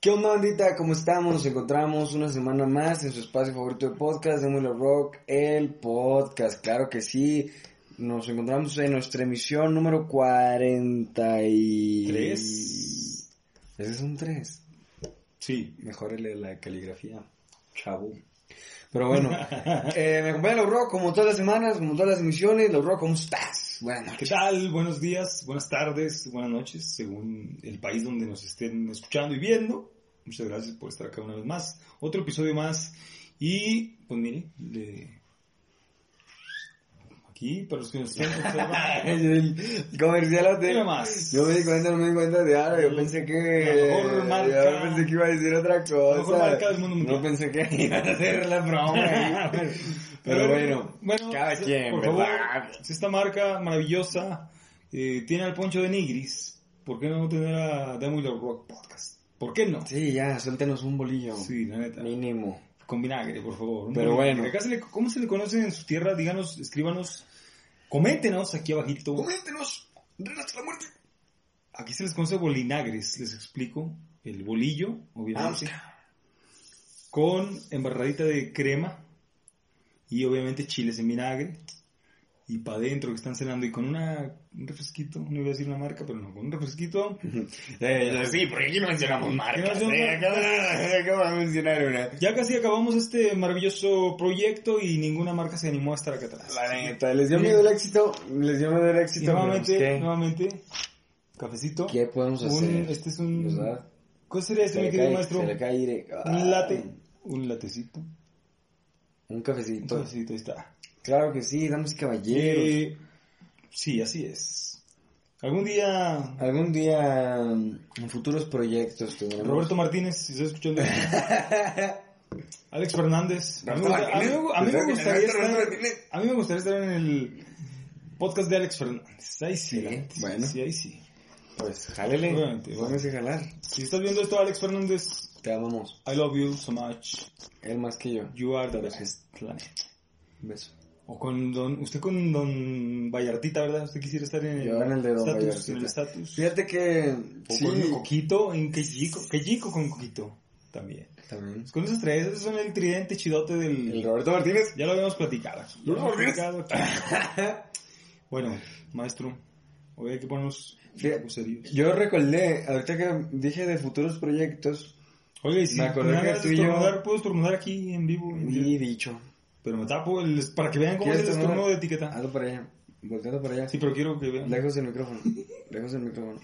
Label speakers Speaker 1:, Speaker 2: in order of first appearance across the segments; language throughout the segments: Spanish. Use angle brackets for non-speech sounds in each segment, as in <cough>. Speaker 1: ¿Qué onda, bandita? ¿Cómo estamos? Nos encontramos una semana más en su espacio favorito de podcast, Demuelo Rock, el podcast. Claro que sí. Nos encontramos en nuestra emisión número 43.
Speaker 2: ¿Tres?
Speaker 1: Ese es un 3.
Speaker 2: Sí.
Speaker 1: Mejor el de la caligrafía. Chavo. Pero
Speaker 2: <laughs>
Speaker 1: bueno, eh, me acompaña Lobro como todas las semanas, como todas las emisiones. Lobro, ¿cómo estás? Buenas
Speaker 2: ¿Qué
Speaker 1: noches.
Speaker 2: tal? Buenos días, buenas tardes, buenas noches, según el país donde nos estén escuchando y viendo. Muchas gracias por estar acá una vez más. Otro episodio más. Y, pues mire, le- aquí, para los que nos estén observando,
Speaker 1: El comercialote.
Speaker 2: Mira más.
Speaker 1: Yo me di cuenta, no me di cuenta de ahora. Yo pensé que.
Speaker 2: La mejor marca.
Speaker 1: Yo pensé que iba a decir otra cosa.
Speaker 2: La mejor marca del mundo mundial.
Speaker 1: No pensé que <laughs> iba a hacer la
Speaker 2: <laughs>
Speaker 1: broma. <laughs> Pero, bueno, cada
Speaker 2: se-
Speaker 1: quien,
Speaker 2: por
Speaker 1: ¿verdad?
Speaker 2: favor, si esta marca maravillosa eh, tiene al Poncho de Nigris, ¿por qué no tener a Demo y Lord Rock Podcast? ¿Por qué no?
Speaker 1: Sí, ya, suéltenos un bolillo.
Speaker 2: Sí, la neta.
Speaker 1: Mínimo.
Speaker 2: Con vinagre, por favor.
Speaker 1: Pero
Speaker 2: Muy bien.
Speaker 1: bueno.
Speaker 2: Acá se le- ¿Cómo se le conoce en su tierra? Díganos, escríbanos, coméntenos aquí abajito.
Speaker 1: Coméntenos. Renato la muerte.
Speaker 2: Aquí se les conoce bolinagres, les explico. El bolillo, obviamente. Con embarradita de crema. Y obviamente chiles en vinagre. Y para adentro que están cenando. Y con una, un refresquito, no iba a decir una marca, pero no, con un refresquito.
Speaker 1: <laughs> Eh, sí, porque aquí no
Speaker 2: Pues
Speaker 1: mencionamos marcas.
Speaker 2: no
Speaker 1: eh, <laughs>
Speaker 2: mencionamos
Speaker 1: acaba- Acaba de mencionar una.
Speaker 2: Ya casi acabamos este maravilloso proyecto y ninguna marca se animó a estar acá atrás.
Speaker 1: La neta, les dio miedo el éxito. Les dio miedo el
Speaker 2: Y
Speaker 1: éxito.
Speaker 2: nuevamente,
Speaker 1: pero, pues,
Speaker 2: nuevamente, cafecito.
Speaker 1: ¿qué? ¿Qué podemos
Speaker 2: Un-
Speaker 1: hacer?
Speaker 2: este es un...
Speaker 1: ¿Verdad?
Speaker 2: ¿Cuál sería este,
Speaker 1: Se
Speaker 2: mi
Speaker 1: le
Speaker 2: querido
Speaker 1: cae-
Speaker 2: maestro?
Speaker 1: se le cae Ah. aire.
Speaker 2: Un latte.
Speaker 1: Ay,
Speaker 2: Un latecito.
Speaker 1: Un
Speaker 2: Un
Speaker 1: cafecito.
Speaker 2: cafecito, ahí está.
Speaker 1: Claro que sí, damas y caballeros.
Speaker 2: Eh, sí, así es. Algún día,
Speaker 1: Algún día, en futuros proyectos, tendremos-
Speaker 2: Roberto Martínez, si estás escuchando...
Speaker 1: <laughs>
Speaker 2: Alex Fernández. A mí, me
Speaker 1: Roberto
Speaker 2: gusta- a mí me- a mí me
Speaker 1: Martínez.
Speaker 2: gustaría
Speaker 1: Roberto
Speaker 2: estar...
Speaker 1: Martínez.
Speaker 2: A mí me gustaría estar en el podcast de Alex Fernández. Ahí sí,
Speaker 1: Sí,
Speaker 2: la neta, sí,
Speaker 1: bueno.
Speaker 2: Sí, ahí sí.
Speaker 1: Pues, jálele.
Speaker 2: Obviamente,
Speaker 1: Póngase a jalar.
Speaker 2: Si estás viendo esto, Alex Fernández,
Speaker 1: Te amamos.
Speaker 2: I love you so much.
Speaker 1: Él más que yo.
Speaker 2: You are the best planet.
Speaker 1: Un beso.
Speaker 2: O con don, usted con don Vallartita, ¿verdad? Usted quisiera estar en el
Speaker 1: Yo en el de don
Speaker 2: status,
Speaker 1: Vallartita.
Speaker 2: en el status.
Speaker 1: Fíjate que...
Speaker 2: O
Speaker 1: Sí,
Speaker 2: con Coquito, en Kejico, Kejico con Coquito también.
Speaker 1: también.
Speaker 2: Pues con esos tres, esos son el tridente chidote del...
Speaker 1: El Roberto Martínez.
Speaker 2: Ya lo habíamos platicado. aquí, ya
Speaker 1: ¿Luego
Speaker 2: lo habíamos
Speaker 1: volvimos?
Speaker 2: platicado aquí. <laughs> bueno, maestro, hoy hay que ponernos un
Speaker 1: Fíjate,
Speaker 2: poco serios.
Speaker 1: Yo recordé, ahorita que dije de futuros proyectos,
Speaker 2: Oye, y si
Speaker 1: me
Speaker 2: me
Speaker 1: acordé que
Speaker 2: ganas de
Speaker 1: tú y yo-
Speaker 2: estornudar, puedo estornudar aquí en vivo. en
Speaker 1: y
Speaker 2: directo.
Speaker 1: dicho.
Speaker 2: Pero me tapo el, para que vean cómo es
Speaker 1: ¿Quieres Ah,
Speaker 2: el
Speaker 1: tomar?
Speaker 2: estornudo de etiqueta.
Speaker 1: Hazlo para allá. Volteando para allá.
Speaker 2: Sí, pero quiero que vean.
Speaker 1: Lejos del micrófono. Lejos del micrófono.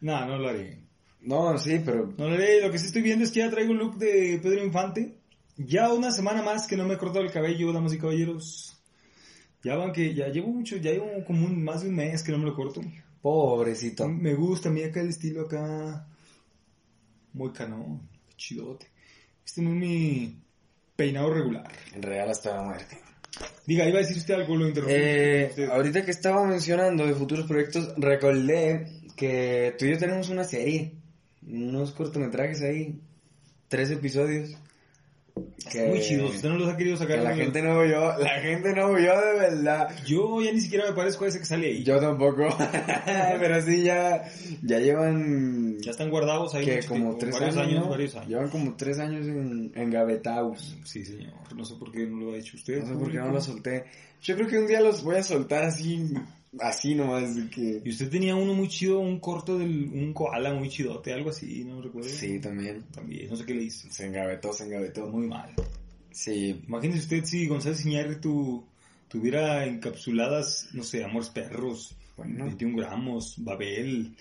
Speaker 2: No, no lo haré.
Speaker 1: No, sí, pero...
Speaker 2: No lo haré. Lo que sí estoy viendo es que ya traigo un look de Pedro Infante. Ya una semana más que no me he cortado el cabello, damas y caballeros. Ya van que ya llevo mucho, ya llevo como un- más de un mes que no me lo corto.
Speaker 1: Pobrecito.
Speaker 2: Me gusta, mira acá el estilo acá. Muy canón, chidote. Este no es mi peinado regular.
Speaker 1: En real hasta la muerte.
Speaker 2: Diga, iba a decir usted algo, lo interrumpí.
Speaker 1: Eh,
Speaker 2: Usted-
Speaker 1: ahorita que estaba mencionando de futuros proyectos, recordé que tú y yo tenemos una serie, unos cortometrajes ahí, tres episodios. Que,
Speaker 2: Muy chidos, usted no los ha querido
Speaker 1: que
Speaker 2: sacar.
Speaker 1: la
Speaker 2: ¿no?
Speaker 1: gente no vio, la gente no vio de verdad.
Speaker 2: Yo ya ni siquiera me parezco a ese que sale ahí.
Speaker 1: Yo tampoco, <laughs> pero sí ya, ya llevan
Speaker 2: Ya están guardados ahí
Speaker 1: que
Speaker 2: mucho
Speaker 1: como
Speaker 2: tiempo,
Speaker 1: tres
Speaker 2: varios
Speaker 1: años, ¿no?
Speaker 2: varios años.
Speaker 1: llevan como tres años en, engavetados.
Speaker 2: Sí, señor. No sé por qué no lo ha hecho usted.
Speaker 1: No sé por qué
Speaker 2: público.
Speaker 1: no los solté. Yo creo que un día los voy a soltar así, así nomás de que.
Speaker 2: Y usted tenía uno muy chido, un corto del un koala muy chidote, algo así, no recuerdo.
Speaker 1: Sí, también.
Speaker 2: También, no sé qué le hizo.
Speaker 1: Se engavetó, se engavetó.
Speaker 2: Muy mal.
Speaker 1: Sí.
Speaker 2: Imagínese usted si González Iñárritu tuviera encapsuladas, no sé, Amores Perros,
Speaker 1: Bueno.
Speaker 2: 21 gramos, Babel,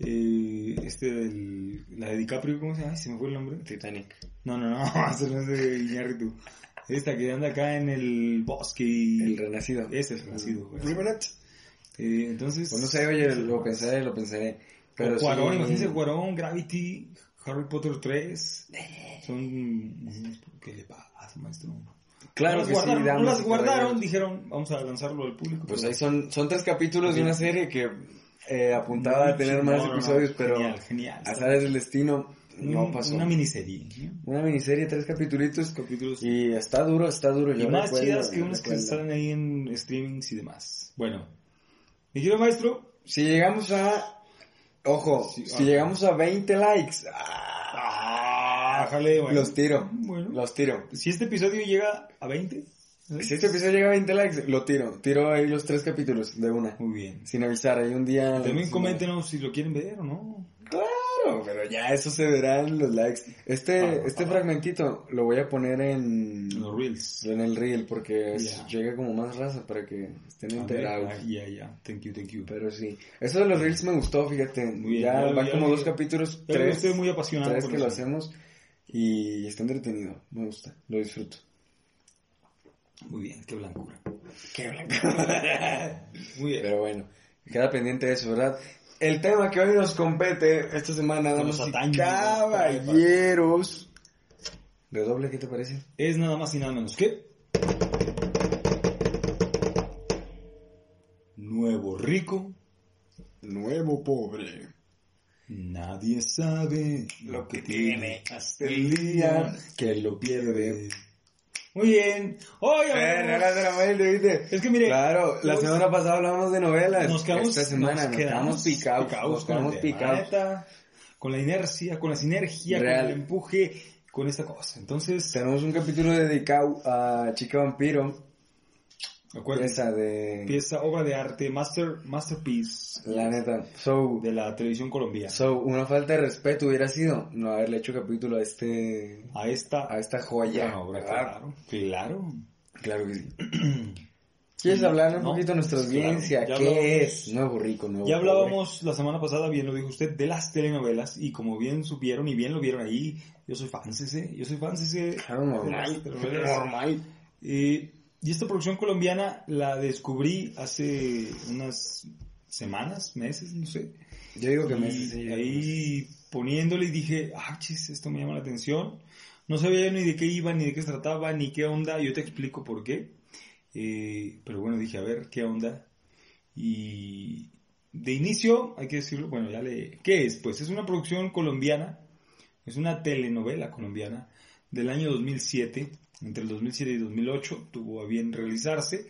Speaker 2: eh, este del, la de DiCaprio, ¿cómo se llama? Ay, se me fue el nombre.
Speaker 1: Titanic.
Speaker 2: No, no, <laughs> no, eso no es de Iñárritu. Esta que anda acá en el bosque y...
Speaker 1: El renacido.
Speaker 2: Ese es el renacido, güey.
Speaker 1: Revenant.
Speaker 2: Eh, entonces...
Speaker 1: Pues no sé, oye, lo pensaré, lo pensaré.
Speaker 2: Pero
Speaker 1: Pero
Speaker 2: Cuarón,
Speaker 1: sí,
Speaker 2: imagínense Cuarón, Gravity, Harry Potter 3. Son. ¿Qué le pasa, maestro?
Speaker 1: Claro
Speaker 2: Las
Speaker 1: que sí,
Speaker 2: guardaron,
Speaker 1: damas
Speaker 2: no las
Speaker 1: y
Speaker 2: guardaron,
Speaker 1: caballeros.
Speaker 2: dijeron, vamos a lanzarlo al público.
Speaker 1: Pues
Speaker 2: pero-
Speaker 1: ahí son, son tres capítulos de una serie que eh, apuntaba a tener
Speaker 2: No,
Speaker 1: más
Speaker 2: no, no,
Speaker 1: episodios, pero
Speaker 2: Genial, genial.
Speaker 1: azar es el destino, no
Speaker 2: Un-
Speaker 1: pasó.
Speaker 2: Una miniserie. ¿no?
Speaker 1: Una miniserie, tres capítulos
Speaker 2: Capítulos. Y,
Speaker 1: y está duro, está duro. yo
Speaker 2: más
Speaker 1: recuerdo,
Speaker 2: chidas que
Speaker 1: yo
Speaker 2: unas que
Speaker 1: recuerdo.
Speaker 2: están ahí en streamings y demás. Bueno, mi querido maestro.
Speaker 1: Si llegamos a... Ojo,
Speaker 2: Sí,
Speaker 1: si
Speaker 2: ah.
Speaker 1: llegamos a 20 likes, ah,
Speaker 2: Ájale, Ah, bueno.
Speaker 1: los tiro,
Speaker 2: Bueno.
Speaker 1: los tiro.
Speaker 2: Si este episodio llega a 20. ¿eh?
Speaker 1: Si este episodio llega a 20 likes, lo tiro. Tiro ahí los tres capítulos de una.
Speaker 2: Muy bien.
Speaker 1: Sin avisar, ahí un día...
Speaker 2: También
Speaker 1: sin-
Speaker 2: coméntenos si lo quieren ver o no.
Speaker 1: Claro, pero ya eso se verá en los likes. Este,
Speaker 2: Ah,
Speaker 1: este
Speaker 2: ah.
Speaker 1: fragmentito lo voy a poner en,
Speaker 2: En Los reels.
Speaker 1: en el reel porque es-
Speaker 2: Ya.
Speaker 1: llegue como más raza para que estén
Speaker 2: A ver, ah,
Speaker 1: enterados.
Speaker 2: Ya, ya. Thank you, thank you.
Speaker 1: Pero sí, eso de los reels me gustó, fíjate.
Speaker 2: Muy bien,
Speaker 1: ya
Speaker 2: ya,
Speaker 1: van
Speaker 2: ya,
Speaker 1: como
Speaker 2: ya.
Speaker 1: dos capítulos,
Speaker 2: Ya
Speaker 1: tres,
Speaker 2: estoy muy apasionado
Speaker 1: tres
Speaker 2: por
Speaker 1: que lo
Speaker 2: eso.
Speaker 1: hacemos y está entretenido. Me gusta, lo disfruto.
Speaker 2: Muy bien, qué blancura. Qué <laughs> Muy bien.
Speaker 1: Pero bueno, queda pendiente de eso, ¿verdad? El tema que hoy nos compete esta semana, damas
Speaker 2: Nos
Speaker 1: y
Speaker 2: atañe.
Speaker 1: caballeros. ¿De doble qué te parece?
Speaker 2: Es nada más y nada menos que. Nuevo rico,
Speaker 1: Nuevo pobre.
Speaker 2: nadie sabe
Speaker 1: Lo que tiene
Speaker 2: hasta el día que lo pierde. Muy bien. Hoy
Speaker 1: Eh, no
Speaker 2: hablamos-
Speaker 1: era de la Maylde, ¿viste?
Speaker 2: Ah, Es que mire,
Speaker 1: Claro, la
Speaker 2: los-
Speaker 1: semana pasada hablábamos de novelas.
Speaker 2: nos quedamos,
Speaker 1: Esta semana nos quedamos picados. Nos
Speaker 2: con
Speaker 1: quedamos
Speaker 2: el tema,
Speaker 1: picados.
Speaker 2: neta, con la inercia, con la sinergia,
Speaker 1: Real.
Speaker 2: con el empuje, con esta cosa. Entonces,
Speaker 1: Tenemos un capítulo dedicado a Chica Vampiro,
Speaker 2: acuérdense,
Speaker 1: esa de...
Speaker 2: pieza, obra de arte, master, masterpiece
Speaker 1: La neta. So,
Speaker 2: de la televisión colombiana.
Speaker 1: so, una falta de respeto hubiera sido no haberle hecho capítulo a este...
Speaker 2: a esta
Speaker 1: A esta joya.
Speaker 2: gran obra,
Speaker 1: Ah,
Speaker 2: claro. Claro.
Speaker 1: Claro
Speaker 2: <clears throat>
Speaker 1: que sí. ¿Quieres hablarle un
Speaker 2: No,
Speaker 1: poquito a nuestra
Speaker 2: pues, claro.
Speaker 1: audiencia?
Speaker 2: Ya
Speaker 1: ¿Qué
Speaker 2: hablábamos-
Speaker 1: es Nuevo Rico, Nuevo
Speaker 2: Ya
Speaker 1: Pobre?
Speaker 2: hablábamos la semana pasada, bien lo dijo usted, de las telenovelas y como bien supieron y bien lo vieron ahí, yo soy fancese, yo soy fancese.
Speaker 1: Claro, normal. Normal.
Speaker 2: Eh, y esta producción colombiana la descubrí hace unas semanas, meses, no sé.
Speaker 1: Yo digo que
Speaker 2: Y
Speaker 1: me pues. sí.
Speaker 2: ahí poniéndole y dije, ah, chis, esto me llama la atención. No sabía ni de qué iba, ni de qué se trataba, ni qué onda. Yo te explico por qué. Eh, pero bueno, dije, a ver, qué onda. Y de inicio, hay que decirlo, bueno, ya le... ¿Qué es? Pues es una producción colombiana, es una telenovela colombiana del año 2007, entre el 2007 y 2008, tuvo a bien realizarse.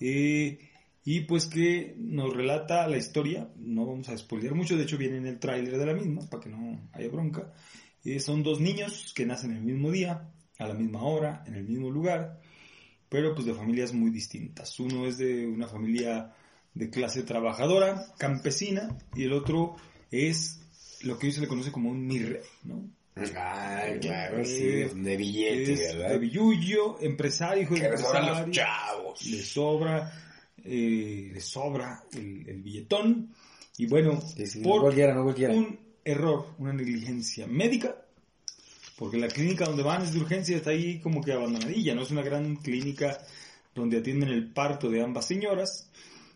Speaker 2: Eh, y pues que nos relata la historia, no vamos a spoilear mucho, de hecho viene en el tráiler de la misma, para que no haya bronca. Eh, son dos niños que nacen el mismo día, a la misma hora, en el mismo lugar, pero pues de familias muy distintas. Uno es de una familia de clase trabajadora, campesina, y el otro es lo que hoy se le conoce como un mirrey, ¿no?
Speaker 1: Ah, claro,
Speaker 2: Eh,
Speaker 1: sí, de billete,
Speaker 2: es
Speaker 1: ¿verdad?
Speaker 2: Billullo, empresario, hijo de
Speaker 1: que les sobran
Speaker 2: empresario.
Speaker 1: los chavos.
Speaker 2: Le sobra, eh, le sobra el, el billetón. Y bueno,
Speaker 1: Sí, sí, no
Speaker 2: por
Speaker 1: cualquiera, no cualquiera.
Speaker 2: un error, una negligencia médica, porque la clínica donde van es de urgencia, está ahí como que abandonadilla, no es una gran clínica donde atienden el parto de ambas señoras,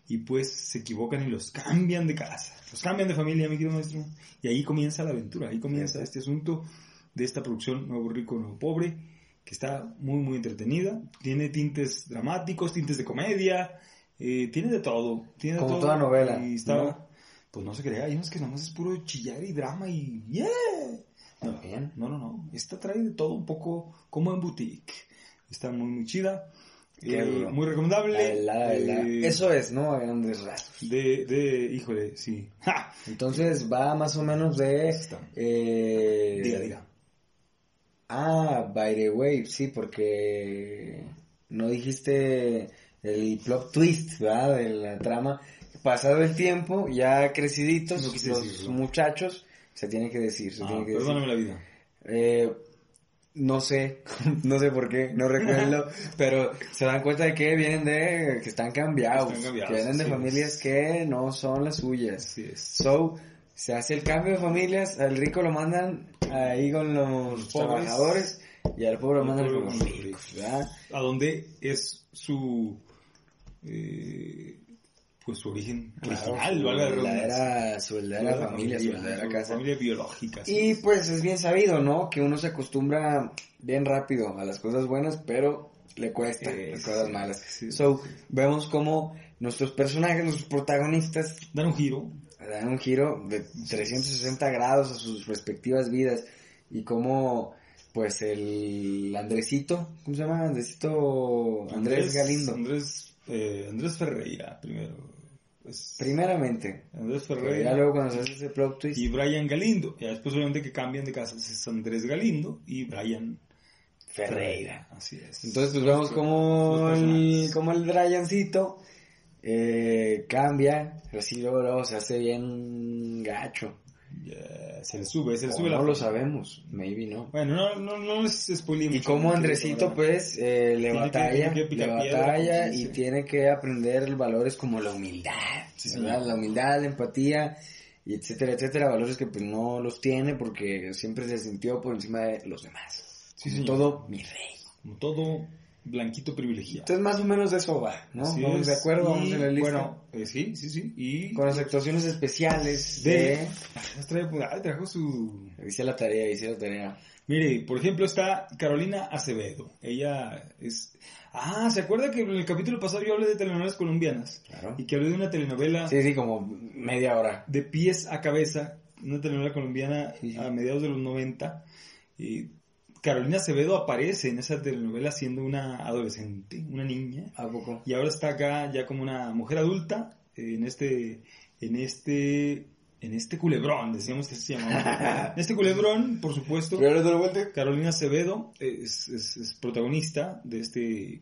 Speaker 2: y pues se equivocan y los cambian de casa, los cambian de familia, mi querido maestro, y ahí comienza la aventura, ahí comienza este asunto de esta producción Nuevo Rico, Nuevo Pobre, que está muy, muy entretenida, tiene tintes dramáticos, tintes de comedia, eh, tiene de todo, tiene de
Speaker 1: Como
Speaker 2: todo,
Speaker 1: toda novela,
Speaker 2: y está-
Speaker 1: ¿no?
Speaker 2: pues no se crea, hay unos que nomás es puro chillar y drama y ¡yeah! No,
Speaker 1: También.
Speaker 2: no, no, no. Esta trae de todo un poco como en boutique. Está muy, muy chida.
Speaker 1: Qué
Speaker 2: Eh,
Speaker 1: duro.
Speaker 2: muy recomendable.
Speaker 1: La, la, la.
Speaker 2: Eh,
Speaker 1: Eso es, ¿no? A grandes rasgos.
Speaker 2: De, de, híjole, sí. ¡Ja!
Speaker 1: Entonces va más o menos de...
Speaker 2: Está.
Speaker 1: Eh,
Speaker 2: Diga, diga.
Speaker 1: Ah, by the way, sí, porque no dijiste el plot twist, ¿verdad? De la trama. Pasado el tiempo, ya creciditos,
Speaker 2: No quise
Speaker 1: los
Speaker 2: decirlo.
Speaker 1: muchachos, se tiene que decir, se
Speaker 2: Ah,
Speaker 1: tiene que decir.
Speaker 2: perdóname la vida.
Speaker 1: Eh, no sé, <laughs> no sé por qué,
Speaker 2: <laughs>
Speaker 1: no recuerdo, pero se dan cuenta de que vienen de, que están cambiados,
Speaker 2: Están cambiados,
Speaker 1: que vienen de
Speaker 2: sí.
Speaker 1: familias que no son las suyas.
Speaker 2: Así es.
Speaker 1: So, se hace el cambio de familias, al rico lo mandan ahí con los
Speaker 2: Los pobres.
Speaker 1: trabajadores y al pobre lo
Speaker 2: Al
Speaker 1: mandan
Speaker 2: pobre
Speaker 1: con los
Speaker 2: con los
Speaker 1: ricos,
Speaker 2: ricos.
Speaker 1: ¿verdad?
Speaker 2: A donde es su... eh, pues su origen
Speaker 1: Claro,
Speaker 2: original,
Speaker 1: su
Speaker 2: valga la redundancia.
Speaker 1: verdadera, su verdadera familia, su verdadera
Speaker 2: su
Speaker 1: casa.
Speaker 2: familia biológica. sí.
Speaker 1: Y pues es bien sabido, ¿no? Que uno se acostumbra bien rápido a las cosas buenas, pero le cuesta
Speaker 2: Eh,
Speaker 1: las cosas
Speaker 2: sí,
Speaker 1: malas.
Speaker 2: sí.
Speaker 1: So, vemos cómo nuestros personajes, nuestros protagonistas,
Speaker 2: Dan un giro.
Speaker 1: dan un giro de 360 grados a sus respectivas vidas y cómo pues el Andresito, ¿cómo se llama? Andresito Andrés, Galindo.
Speaker 2: Andrés, eh, Andrés Ferreira, primero. Pues,
Speaker 1: Primeramente,
Speaker 2: Andrés
Speaker 1: pero ya
Speaker 2: Ferreira.
Speaker 1: luego cuando se hace ese plot twist,
Speaker 2: y Brian Galindo. Ya después obviamente que cambian de casa es Andrés Galindo y Brian
Speaker 1: Ferreira.
Speaker 2: Así es.
Speaker 1: Entonces pues vemos cómo
Speaker 2: Los
Speaker 1: el,
Speaker 2: personajes.
Speaker 1: cómo el Briancito eh, cambia, así luego, luego se hace bien gacho.
Speaker 2: Ya, se le sube, se le
Speaker 1: O
Speaker 2: sube
Speaker 1: no
Speaker 2: la...
Speaker 1: lo sabemos, maybe no.
Speaker 2: Bueno, no, no, no les spoileo
Speaker 1: Y
Speaker 2: mucho,
Speaker 1: como
Speaker 2: porque
Speaker 1: Andresito,
Speaker 2: ahora-
Speaker 1: pues, eh, le
Speaker 2: Tiene que-
Speaker 1: batalla,
Speaker 2: tiene que
Speaker 1: le
Speaker 2: picar piedra,
Speaker 1: batalla
Speaker 2: como se
Speaker 1: y
Speaker 2: dice.
Speaker 1: tiene que aprender valores como la humildad,
Speaker 2: Sí,
Speaker 1: ¿verdad?
Speaker 2: señor.
Speaker 1: La humildad, la empatía, y etcétera, etcétera, valores que pues no los tiene porque siempre se sintió por encima de los demás.
Speaker 2: Sí,
Speaker 1: Como
Speaker 2: señor.
Speaker 1: todo mi rey.
Speaker 2: Como todo blanquito privilegiado.
Speaker 1: Entonces, más o menos de eso va, ¿no?
Speaker 2: Así
Speaker 1: vamos
Speaker 2: es.
Speaker 1: de acuerdo, vamos
Speaker 2: Y,
Speaker 1: en la lista.
Speaker 2: Bueno, eh, sí, sí, sí. Y
Speaker 1: con este las actuaciones especiales
Speaker 2: de...
Speaker 1: de...
Speaker 2: Nos trae- ah, trajo su...
Speaker 1: Hice la tarea, hice la tarea.
Speaker 2: Mire, por ejemplo está Carolina Acevedo. Ella es... Ah, ¿se acuerda que en el capítulo pasado yo hablé de telenovelas colombianas?
Speaker 1: Claro.
Speaker 2: Y que hablé de una telenovela
Speaker 1: Sí, sí, como media hora.
Speaker 2: de pies a cabeza, una telenovela colombiana
Speaker 1: Sí.
Speaker 2: a mediados de los 90. Y Carolina Acevedo aparece en esa telenovela siendo una adolescente, una niña.
Speaker 1: ¿A poco?
Speaker 2: Y ahora está acá ya como una mujer adulta eh, en este en este en este culebrón, decíamos que
Speaker 1: <laughs>
Speaker 2: se llamaba. en este culebrón, por supuesto,
Speaker 1: Pero de la vuelta.
Speaker 2: Carolina Acevedo es, es- es protagonista de este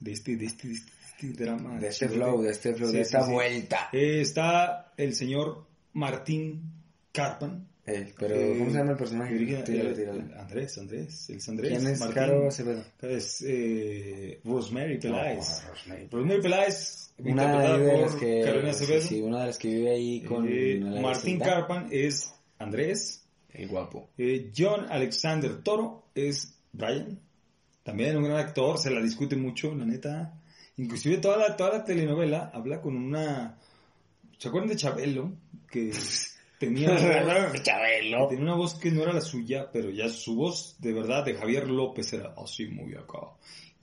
Speaker 2: de este de este, de este drama
Speaker 1: De este
Speaker 2: chido
Speaker 1: flow, de este flow,
Speaker 2: Sí,
Speaker 1: de
Speaker 2: sí,
Speaker 1: esta
Speaker 2: sí.
Speaker 1: vuelta.
Speaker 2: Eh, está el señor Martín Carpan.
Speaker 1: Eh, pero,
Speaker 2: Eh,
Speaker 1: ¿cómo se llama el
Speaker 2: que
Speaker 1: personaje?
Speaker 2: dirige-
Speaker 1: Tírala,
Speaker 2: eh,
Speaker 1: tírala.
Speaker 2: Andrés, Andrés, el Andrés.
Speaker 1: ¿Quién es
Speaker 2: Martín.
Speaker 1: Caro Acevedo?
Speaker 2: Es eh, Rosemary Peláez.
Speaker 1: No, Rosemary.
Speaker 2: Rosemary Pues Peláez,
Speaker 1: Una de,
Speaker 2: interpretada
Speaker 1: ahí de
Speaker 2: por
Speaker 1: las que,
Speaker 2: Carolina Acevedo.
Speaker 1: sí, sí, una de las que vive ahí con
Speaker 2: Eh,
Speaker 1: la
Speaker 2: Martín
Speaker 1: vecindad.
Speaker 2: Carpan es Andrés.
Speaker 1: El
Speaker 2: <laughs>
Speaker 1: guapo. <laughs>
Speaker 2: Eh, John Alexander Toro es Brian. También un gran actor, se la discute mucho, la neta. Inclusive toda la, toda la telenovela habla con una... ¿Se acuerdan de Chabelo?
Speaker 1: <laughs>
Speaker 2: Que tenía una, voz,
Speaker 1: Chabelo.
Speaker 2: tenía una voz que no era la suya, pero ya su voz de verdad de Javier López era así muy acá.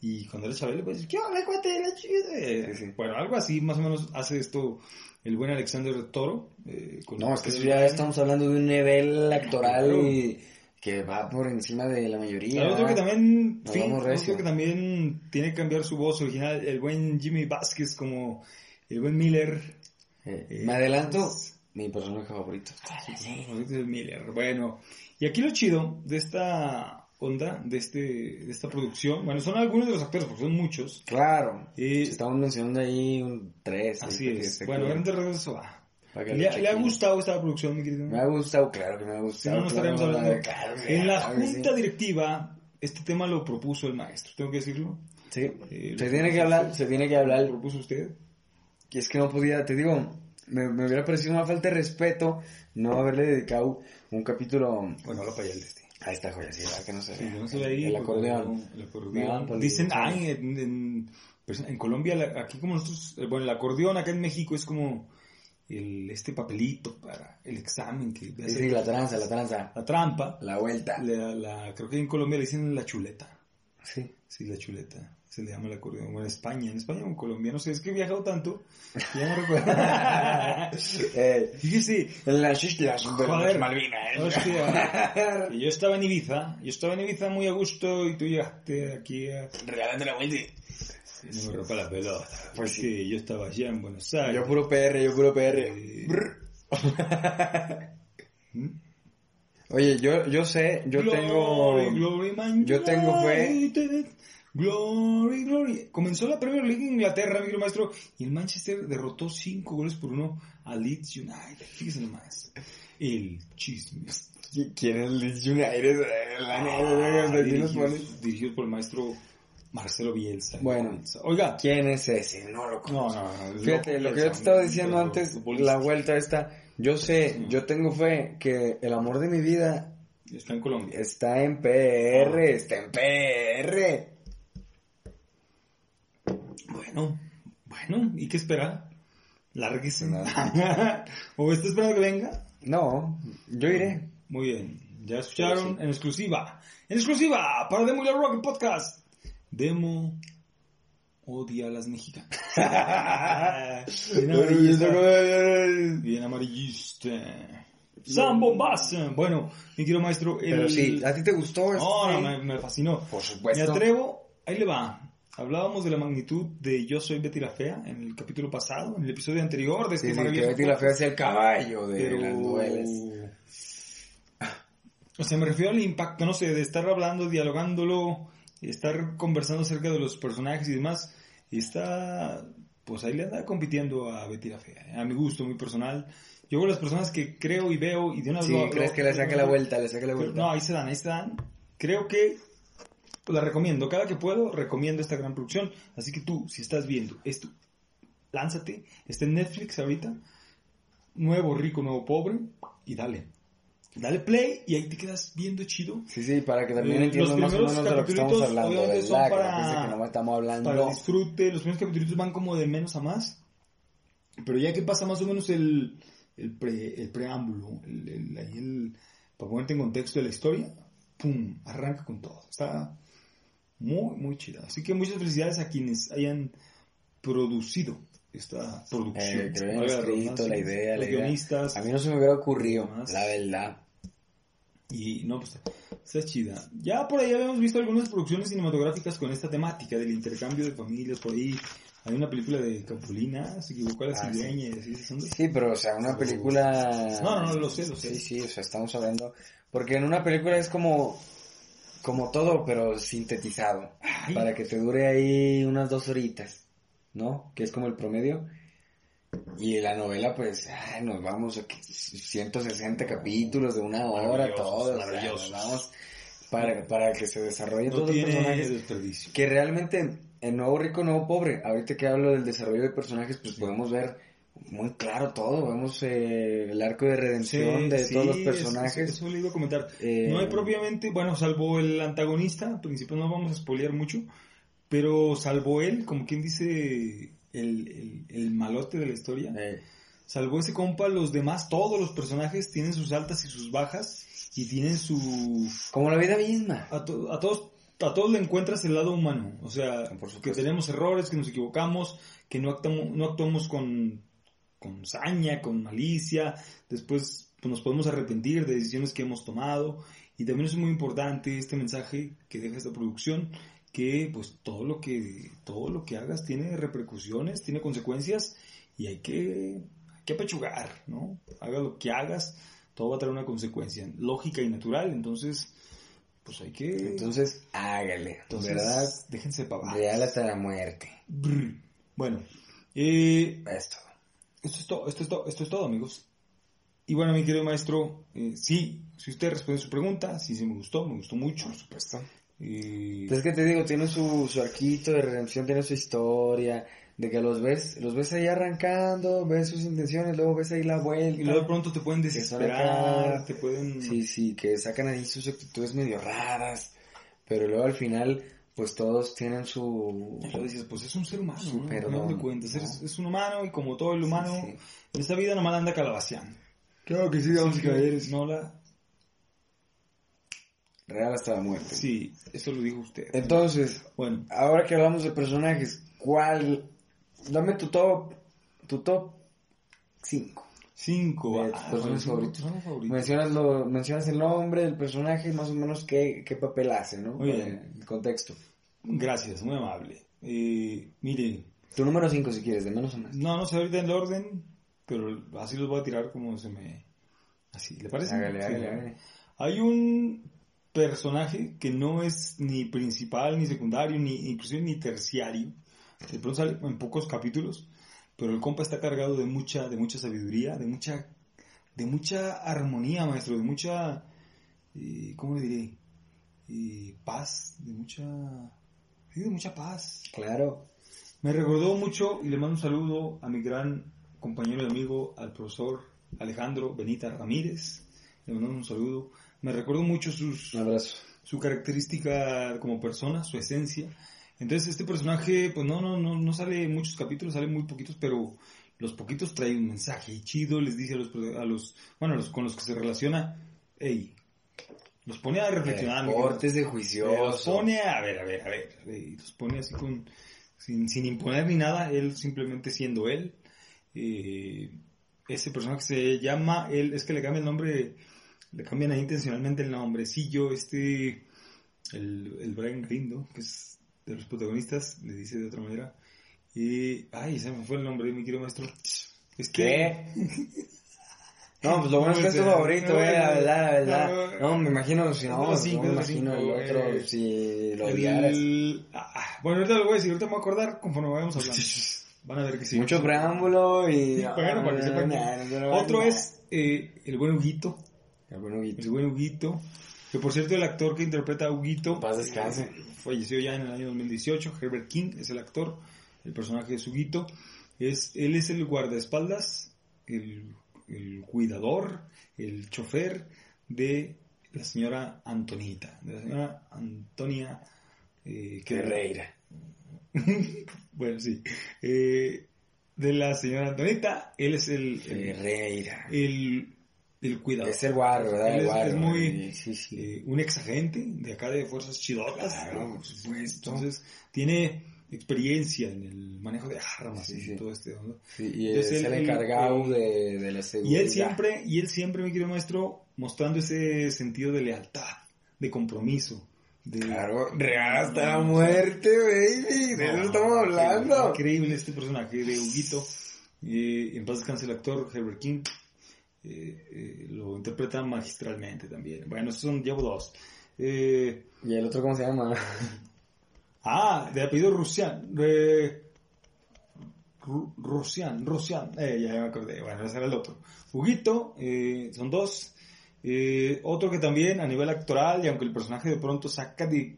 Speaker 2: Y cuando era Chabelo, pues, ¿qué onda, cuate? La chida. Eh,
Speaker 1: Sí, sí.
Speaker 2: Bueno, algo así más o menos hace esto el buen Alexander Toro. eh, con-
Speaker 1: No, es que eso ya estamos hablando de un nivel actoral y que va por encima de la mayoría.
Speaker 2: Al otro que también,
Speaker 1: Nos
Speaker 2: fin,
Speaker 1: vamos
Speaker 2: otro
Speaker 1: recio.
Speaker 2: que también tiene que cambiar su voz original, el buen Jimmy Vázquez como el buen Miller.
Speaker 1: Eh,
Speaker 2: Eh,
Speaker 1: me adelanto, mi personaje favorito.
Speaker 2: El Miller, bueno. Y aquí lo chido de esta onda, de este, de esta producción, bueno, son algunos de los actores, porque son muchos.
Speaker 1: Claro.
Speaker 2: Y
Speaker 1: Estamos mencionando ahí un 3.
Speaker 2: así es. Bueno, grande regreso va.
Speaker 1: Para que
Speaker 2: ¿Le,
Speaker 1: lo
Speaker 2: ha- le ha
Speaker 1: chequen.
Speaker 2: gustado esta producción, mi querido?
Speaker 1: Me ha gustado, claro que me ha
Speaker 2: Si
Speaker 1: gustado.
Speaker 2: no, no
Speaker 1: claro,
Speaker 2: estaríamos hablando.
Speaker 1: claro que-
Speaker 2: En la
Speaker 1: claro que sí.
Speaker 2: junta directiva, este tema lo propuso el maestro, tengo que decirlo.
Speaker 1: Sí,
Speaker 2: Eh,
Speaker 1: se tiene que hablar, se tiene que
Speaker 2: ¿Lo
Speaker 1: hablar.
Speaker 2: propuso usted?
Speaker 1: Y es que no podía, te digo, me, me hubiera parecido una falta de respeto no haberle dedicado un capítulo
Speaker 2: Bueno, lo para allá el destino.
Speaker 1: a esta joya, sí, ¿verdad? Que no se
Speaker 2: Sí,
Speaker 1: ve.
Speaker 2: no se ve ahí,
Speaker 1: El
Speaker 2: porque
Speaker 1: acordeón.
Speaker 2: no, el
Speaker 1: Vean,
Speaker 2: acordeón.
Speaker 1: pues,
Speaker 2: Dicen, ah,
Speaker 1: sí.
Speaker 2: ay, en, en- pues, en Colombia, la- aquí como nosotros, eh, bueno, el acordeón acá en México es como el, este papelito para el examen que
Speaker 1: Sí,
Speaker 2: hace
Speaker 1: sí, la tranza, la tranza,
Speaker 2: la trampa.
Speaker 1: la vuelta.
Speaker 2: La, la- creo que en Colombia le dicen la chuleta.
Speaker 1: Sí.
Speaker 2: Sí, la chuleta. Se le llama el acordeón. Bueno, en España, en España o en Colombia, no sé, es que he viajado tanto. que Ya no <laughs> recuerdo.
Speaker 1: <laughs> Eh,
Speaker 2: Fíjese,
Speaker 1: en las islas de
Speaker 2: Joder. Ah,
Speaker 1: las
Speaker 2: ¿eh?
Speaker 1: Malvinas.
Speaker 2: <laughs> hostia. Yo estaba en Ibiza, yo estaba en Ibiza muy a gusto y tú llegaste aquí a...
Speaker 1: <laughs> Regalando la vuelta.
Speaker 2: No me rompa la pelota.
Speaker 1: Pues
Speaker 2: Pues sí, yo estaba allá en Buenos Aires.
Speaker 1: Yo puro PR, yo puro
Speaker 2: Eh,
Speaker 1: PR. Oye, yo, yo sé, yo
Speaker 2: glory,
Speaker 1: tengo...
Speaker 2: glory, man,
Speaker 1: yo tengo fe.
Speaker 2: United. Glory, glory. Comenzó la Premier League en Inglaterra, mi querido maestro, y el Manchester derrotó 5 goles por 1 a Leeds United. Fíjese nomás. El chisme.
Speaker 1: ¿Quién es Leeds United? La neta, ¿de quién los pones?
Speaker 2: dirigidos, dirigidos por el maestro Marcelo Bielsa.
Speaker 1: Bueno.
Speaker 2: Oiga.
Speaker 1: ¿Quién es ese? No lo
Speaker 2: No, no, no.
Speaker 1: Fíjate, lo que yo te
Speaker 2: Bielsa,
Speaker 1: estaba
Speaker 2: un
Speaker 1: diciendo
Speaker 2: verdadero
Speaker 1: antes,
Speaker 2: futbolista.
Speaker 1: la vuelta esta, yo sé, yo tengo fe que el amor de mi vida
Speaker 2: Está en Colombia.
Speaker 1: está en PR,
Speaker 2: Ah.
Speaker 1: está en PR.
Speaker 2: Bueno, bueno, ¿y qué espera? Lárguese.
Speaker 1: Nada.
Speaker 2: o está esperando que venga.
Speaker 1: No, yo iré.
Speaker 2: Muy bien. Ya escucharon en exclusiva. En exclusiva para Demo y la Rock el Podcast. Demo odia a las mexicanas.
Speaker 1: <laughs>
Speaker 2: bien amarillista. Bien amarillista. San Bombazo. Bueno, mi querido maestro. el-
Speaker 1: Pero sí, ¿a ti te gustó?
Speaker 2: No, no,
Speaker 1: este?
Speaker 2: me, me fascinó.
Speaker 1: Por
Speaker 2: Me
Speaker 1: supuesto.
Speaker 2: atrevo, ahí le va. Hablábamos de la magnitud de Yo Soy Betty la Fea en el capítulo pasado, en el episodio anterior de este
Speaker 1: Sí, sí, que
Speaker 2: maravilloso
Speaker 1: Betty la Fea
Speaker 2: podcast,
Speaker 1: sea el caballo de
Speaker 2: pero-
Speaker 1: las novelas.
Speaker 2: O sea, me refiero al impacto, no sé, de estar hablando, dialogándolo, estar conversando acerca de los personajes y demás. Y está, pues ahí le anda compitiendo a Betty la Fea, ¿eh? a mi gusto, muy personal. Yo veo las personas que creo y veo y de una vez
Speaker 1: Sí,
Speaker 2: lo- lo-
Speaker 1: crees que le saque la vuelta, le saque la
Speaker 2: Pero,
Speaker 1: vuelta.
Speaker 2: No, ahí se dan, ahí se dan. Creo que la recomiendo. Cada que puedo, recomiendo esta gran producción. Así que tú, si estás viendo esto, lánzate. Está en Netflix ahorita. Nuevo rico, nuevo pobre. Y dale. Dale play y ahí te quedas viendo chido.
Speaker 1: Sí, sí, para que también
Speaker 2: Eh,
Speaker 1: entiendas
Speaker 2: los
Speaker 1: más o
Speaker 2: primeros
Speaker 1: menos de lo que estamos
Speaker 2: capítulos,
Speaker 1: hablando,
Speaker 2: obviamente,
Speaker 1: ¿verdad?
Speaker 2: son
Speaker 1: Que no
Speaker 2: para-
Speaker 1: pienses que nomás estamos hablando.
Speaker 2: Para el disfrute. Los primeros capítulos van como de menos a más. Pero ya que pasa más o menos el, el, pre- el preámbulo, el, el- ahí el- para ponerte en contexto de la historia, ¡pum! Arranca con todo. Está muy, muy chida. Así que muchas felicidades a quienes hayan producido esta producción.
Speaker 1: Eh, que hayan
Speaker 2: Valga
Speaker 1: escrito
Speaker 2: la
Speaker 1: la
Speaker 2: redundancia,
Speaker 1: idea, la
Speaker 2: los
Speaker 1: idea.
Speaker 2: guionistas.
Speaker 1: A mí no se me hubiera ocurrido,
Speaker 2: Más.
Speaker 1: la verdad.
Speaker 2: Y no, pues está chida. Ya por ahí habíamos visto algunas producciones cinematográficas con esta temática del intercambio de familias. Por ahí hay una película de Capulina, se equivocó a la
Speaker 1: Ah, sí.
Speaker 2: cigüeña y así, esas ondas.
Speaker 1: Sí, pero, o sea, una
Speaker 2: Sí.
Speaker 1: película...
Speaker 2: No, no, no, lo sé, lo sé.
Speaker 1: Sí, sí, o sea, estamos hablando... Porque en una película es como... Como todo, pero sintetizado.
Speaker 2: Ay.
Speaker 1: Para que te dure ahí unas dos horitas, ¿no? Que es como el promedio. Y la novela, pues, ay, nos vamos a que- 160 capítulos de una hora,
Speaker 2: Maravillosos,
Speaker 1: todo. o sea,
Speaker 2: maravillosos.
Speaker 1: nos vamos para, para que se desarrollen
Speaker 2: No
Speaker 1: todos
Speaker 2: tiene
Speaker 1: los personajes.
Speaker 2: desperdicio.
Speaker 1: Que realmente en Nuevo Rico, Nuevo Pobre, ahorita que hablo del desarrollo de personajes, pues podemos ver muy claro todo. Vemos eh, el arco de redención
Speaker 2: Sí,
Speaker 1: de
Speaker 2: sí,
Speaker 1: todos los
Speaker 2: es-
Speaker 1: personajes.
Speaker 2: Eso, eso le iba a comentar.
Speaker 1: Eh,
Speaker 2: no hay propiamente, bueno, salvo el antagonista principal, no vamos a spoilear mucho, pero salvo él, como quien dice el, el, el malote de la historia.
Speaker 1: eh,
Speaker 2: Salvo ese compa, los demás, todos los personajes tienen sus altas y sus bajas y tienen su...
Speaker 1: como la vida misma.
Speaker 2: A, to- a todos a todos le encuentras el lado humano. O sea,
Speaker 1: Ah, Por
Speaker 2: que
Speaker 1: supuesto.
Speaker 2: tenemos errores, que nos equivocamos, que no actuamos, no actuamos con, con saña, con malicia. Después pues, nos podemos arrepentir de decisiones que hemos tomado. Y también es muy importante este mensaje que deja esta producción que pues todo lo que todo lo que hagas tiene repercusiones, tiene consecuencias y hay que hay que apechugar, ¿no? Haga lo que hagas, todo va a traer una consecuencia lógica y natural, entonces pues hay que
Speaker 1: Entonces, hágale.
Speaker 2: entonces, ah.
Speaker 1: ¿Verdad?
Speaker 2: déjense pavadas.
Speaker 1: Real hasta la muerte.
Speaker 2: Brr. Bueno, eh,
Speaker 1: Esto.
Speaker 2: esto es todo, esto es todo, esto es todo, amigos. Y bueno, mi querido maestro, eh, sí, si usted responde su pregunta, sí, sí me gustó, me gustó mucho. Eh, Por supuesto.
Speaker 1: Pues es que te digo, tiene su, su arquito de redención, tiene su historia, de que los ves, los ves ahí arrancando, ves sus intenciones, luego ves ahí la vuelta.
Speaker 2: Y luego de pronto te pueden
Speaker 1: son
Speaker 2: desesperar,
Speaker 1: acá.
Speaker 2: te pueden...
Speaker 1: Sí, sí, que sacan ahí sus actitudes medio raras, pero luego al final, pues todos tienen su...
Speaker 2: Y luego dices, pues es un ser humano,
Speaker 1: Sí,
Speaker 2: ¿no?
Speaker 1: perdón,
Speaker 2: Al final de cuentas,
Speaker 1: ¿no?
Speaker 2: eres- es un humano y como todo el humano,
Speaker 1: sí.
Speaker 2: en esta vida nomás anda calabaceando.
Speaker 1: Claro que sí,
Speaker 2: Así que No la...
Speaker 1: Real hasta la muerte.
Speaker 2: Sí, eso lo dijo usted.
Speaker 1: Entonces,
Speaker 2: Bueno,
Speaker 1: ahora que hablamos de personajes, ¿cuál? Dame tu top, tu top 5.
Speaker 2: cinco. Ah,
Speaker 1: De tus personajes favoritos.
Speaker 2: personajes favoritos.
Speaker 1: Mencionas, lo, mencionas el nombre del personaje y más o menos qué, qué papel hace, ¿no?
Speaker 2: Muy
Speaker 1: Para
Speaker 2: bien.
Speaker 1: El contexto.
Speaker 2: Gracias, muy amable. Eh, mire,
Speaker 1: Tu número 5 si quieres, de menos a más.
Speaker 2: no, no sé ahorita el orden, pero así los voy a tirar como se me... Así, ¿le parece?
Speaker 1: Hágale,
Speaker 2: Sí.
Speaker 1: hágale, hágale.
Speaker 2: Hay un personaje que no es ni principal, ni secundario, ni inclusive ni terciario. De pronto sale en pocos capítulos, pero el compa está cargado de mucha, de mucha sabiduría, de mucha, de mucha armonía, maestro, de mucha, eh, ¿cómo le diré? Eh, paz, de mucha, sí, de mucha paz.
Speaker 1: Claro.
Speaker 2: Me recordó mucho y le mando un saludo a mi gran compañero y amigo, al profesor Alejandro Benita Ramírez. Le mando un saludo. Me recordó mucho sus,
Speaker 1: Un abrazo.
Speaker 2: su característica como persona, su esencia. Entonces este personaje, pues no, no, no, no sale en muchos capítulos, sale en muy poquitos, pero los poquitos traen un mensaje chido, les dice a los, a los bueno, los con los que se relaciona, hey, los pone a reflexionar.
Speaker 1: Eh, Cortes de juicioso.
Speaker 2: Los pone a ver, a ver, a ver, a ver, y los pone así con, sin, sin imponer ni nada, él simplemente siendo él. Eh, ese personaje que se llama, él, es que le cambia el nombre, le cambian ahí intencionalmente el nombrecillo, este, el, el Brian Grindo, que es de los protagonistas, le dice de otra manera. Y, ay, se me fue el nombre, mi querido maestro. Es que...
Speaker 1: No, pues lo bueno es que es tu favorito, eh, la verdad, la verdad. No, me imagino, si no,
Speaker 2: No, sí,
Speaker 1: no me
Speaker 2: pero
Speaker 1: imagino
Speaker 2: sí,
Speaker 1: el
Speaker 2: no,
Speaker 1: otro,
Speaker 2: eh,
Speaker 1: si lo odiaras.
Speaker 2: El- ah, ah, bueno, ahorita lo voy a decir, ahorita me voy a acordar conforme vayamos
Speaker 1: <laughs>
Speaker 2: hablando. Van a ver que sí.
Speaker 1: Mucho preámbulo y...
Speaker 2: Bueno, para que sepan que-
Speaker 1: Nah, <laughs> no se lo van
Speaker 2: Otro
Speaker 1: a-
Speaker 2: es eh, el buen Huguito.
Speaker 1: El buen Huguito.
Speaker 2: El buen Huguito. Que por cierto, el actor que interpreta a Huguito. eh,
Speaker 1: Paz descanse.
Speaker 2: Falleció ya en el año 2018. Herbert King es el actor. El personaje es Huguito. Es, él es el guardaespaldas, el, el cuidador, el chofer de la señora Antonita. De la señora Antonia eh,
Speaker 1: Guerreira.
Speaker 2: Bueno, sí. Eh, de la señora Antonita. Él es el, el,
Speaker 1: Guerreira.
Speaker 2: el, el cuidador.
Speaker 1: Es el guarro, ¿verdad?
Speaker 2: Él
Speaker 1: El
Speaker 2: es-
Speaker 1: guarro.
Speaker 2: es muy-
Speaker 1: Sí, sí.
Speaker 2: eh, un ex agente de acá de Fuerzas Chidotas.
Speaker 1: Claro, por supuesto.
Speaker 2: Entonces, tiene experiencia en el manejo de armas
Speaker 1: Sí,
Speaker 2: y
Speaker 1: sí.
Speaker 2: todo este onda.
Speaker 1: Sí, y es,
Speaker 2: Entonces,
Speaker 1: el
Speaker 2: él-
Speaker 1: encargado
Speaker 2: él-
Speaker 1: de, de la seguridad.
Speaker 2: Y él siempre, y él siempre, mi querido maestro, mostrando ese sentido de lealtad, de compromiso. De,
Speaker 1: Claro, real hasta la muerte, baby. De eso estamos hablando.
Speaker 2: Increíble este personaje de Huguito. Eh, en paz descanse el actor Herbert King. Eh, eh, lo interpreta magistralmente también. Bueno, esos son llevo dos. Eh,
Speaker 1: ¿Y el otro cómo se llama? <laughs>
Speaker 2: Ah, de apellido Rusian. De... Ru- Rusian, Rusian. Eh, ya me acordé. Bueno, ese era el otro. Huguito, eh, son dos. Eh, otro que también a nivel actoral, y aunque el personaje de pronto saca de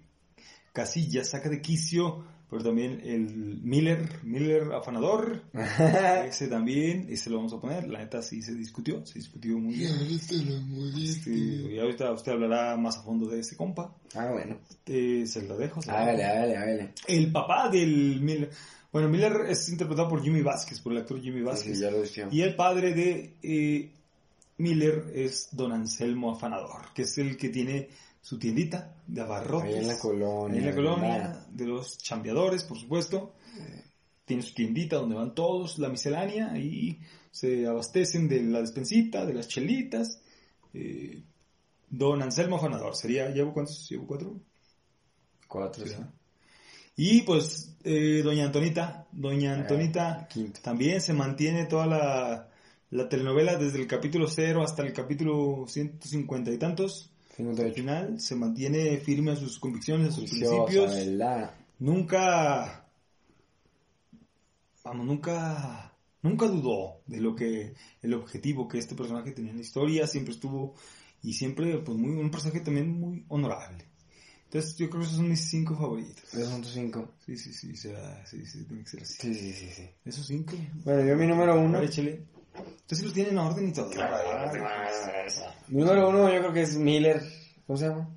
Speaker 2: casillas, saca de quicio, pero también el Miller, Miller afanador. Ese también, ese lo vamos a poner. La neta sí se discutió, se discutió muy bien. Este, y ahorita usted hablará más a fondo de ese compa.
Speaker 1: Ah, bueno.
Speaker 2: Eh, se lo dejo. se lo dejo.
Speaker 1: Hágale, hágale, hágale.
Speaker 2: El papá del Miller. Bueno, Miller es interpretado por Jimmy Vázquez, por el actor Jimmy
Speaker 1: Sí,
Speaker 2: Vázquez.
Speaker 1: sí, ya lo decía.
Speaker 2: Y el padre de eh, Miller es Don Anselmo Afanador, que es el que tiene su tiendita de abarrotes.
Speaker 1: Ahí en la colonia.
Speaker 2: Ahí en la colonia,
Speaker 1: ¿verdad?
Speaker 2: de los chambeadores, por supuesto. Tiene su tiendita donde van todos, la miscelánea, y se abastecen de la despensita, de las chelitas. Eh, don Anselmo Afanador, sería, ¿llevo cuántos? ¿Llevo cuatro?
Speaker 1: Cuatro, sí.
Speaker 2: ¿verdad? Y pues eh, doña Antonita, doña
Speaker 1: Eh.
Speaker 2: Antonita
Speaker 1: quinto.
Speaker 2: también se mantiene toda la, la telenovela desde el capítulo 0 hasta el capítulo 150 y tantos. Al
Speaker 1: 58.
Speaker 2: final se mantiene firme a sus convicciones, a sus
Speaker 1: Juiciosa, eh.
Speaker 2: principios.
Speaker 1: ¿verdad?
Speaker 2: Nunca, vamos, nunca, nunca dudó de lo que, el objetivo que este personaje tenía en la historia, siempre estuvo, y siempre, pues muy, un personaje también muy honorable. Entonces yo creo que esos son mis cinco favoritos.
Speaker 1: Esos son tus cinco.
Speaker 2: Sí, sí, sí, será, sí, sí, tiene que ser así.
Speaker 1: Sí, sí, sí, sí.
Speaker 2: Esos cinco.
Speaker 1: Bueno, yo mi número
Speaker 2: A
Speaker 1: uno.
Speaker 2: ver, échale. Entonces lo tienen en orden y todo.
Speaker 1: Mi número uno yo creo que es Miller. ¿Cómo se llama?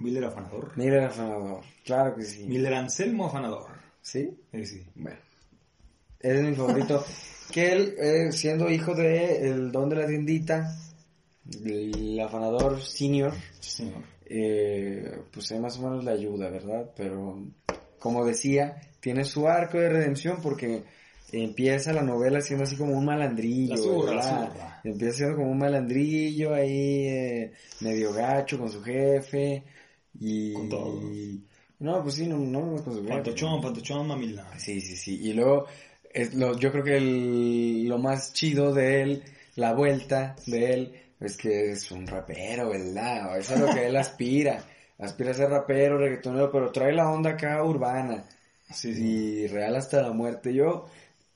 Speaker 2: Miller afanador.
Speaker 1: Miller afanador. Claro que sí.
Speaker 2: Miller Anselmo afanador.
Speaker 1: ¿Sí?
Speaker 2: Eh, sí.
Speaker 1: Bueno. Ese es mi
Speaker 2: <laughs>
Speaker 1: favorito. que él, eh, siendo hijo de el don de la tiendita, el afanador senior,
Speaker 2: Sí, señor.
Speaker 1: eh, pues él más o menos le ayuda, ¿verdad? Pero, como decía, tiene su arco de redención porque empieza la novela siendo así como un malandrillo,
Speaker 2: La zurra, la
Speaker 1: ¿verdad?
Speaker 2: zurra.
Speaker 1: Empieza siendo como un malandrillo ahí, eh, medio gacho con su jefe y...
Speaker 2: Con todos.
Speaker 1: no, pues sí, no, no con su jefe.
Speaker 2: Pantochón, Pantochón, mamila.
Speaker 1: Ah, Sí, sí, sí. Y luego, es lo, yo creo que el- lo más chido de él, la vuelta de él, es que es un rapero, ¿verdad? Eso es lo que él aspira. Aspira a ser rapero, reggaetonero, pero trae la onda acá urbana
Speaker 2: Sí, sí.
Speaker 1: y real hasta la muerte. Yo,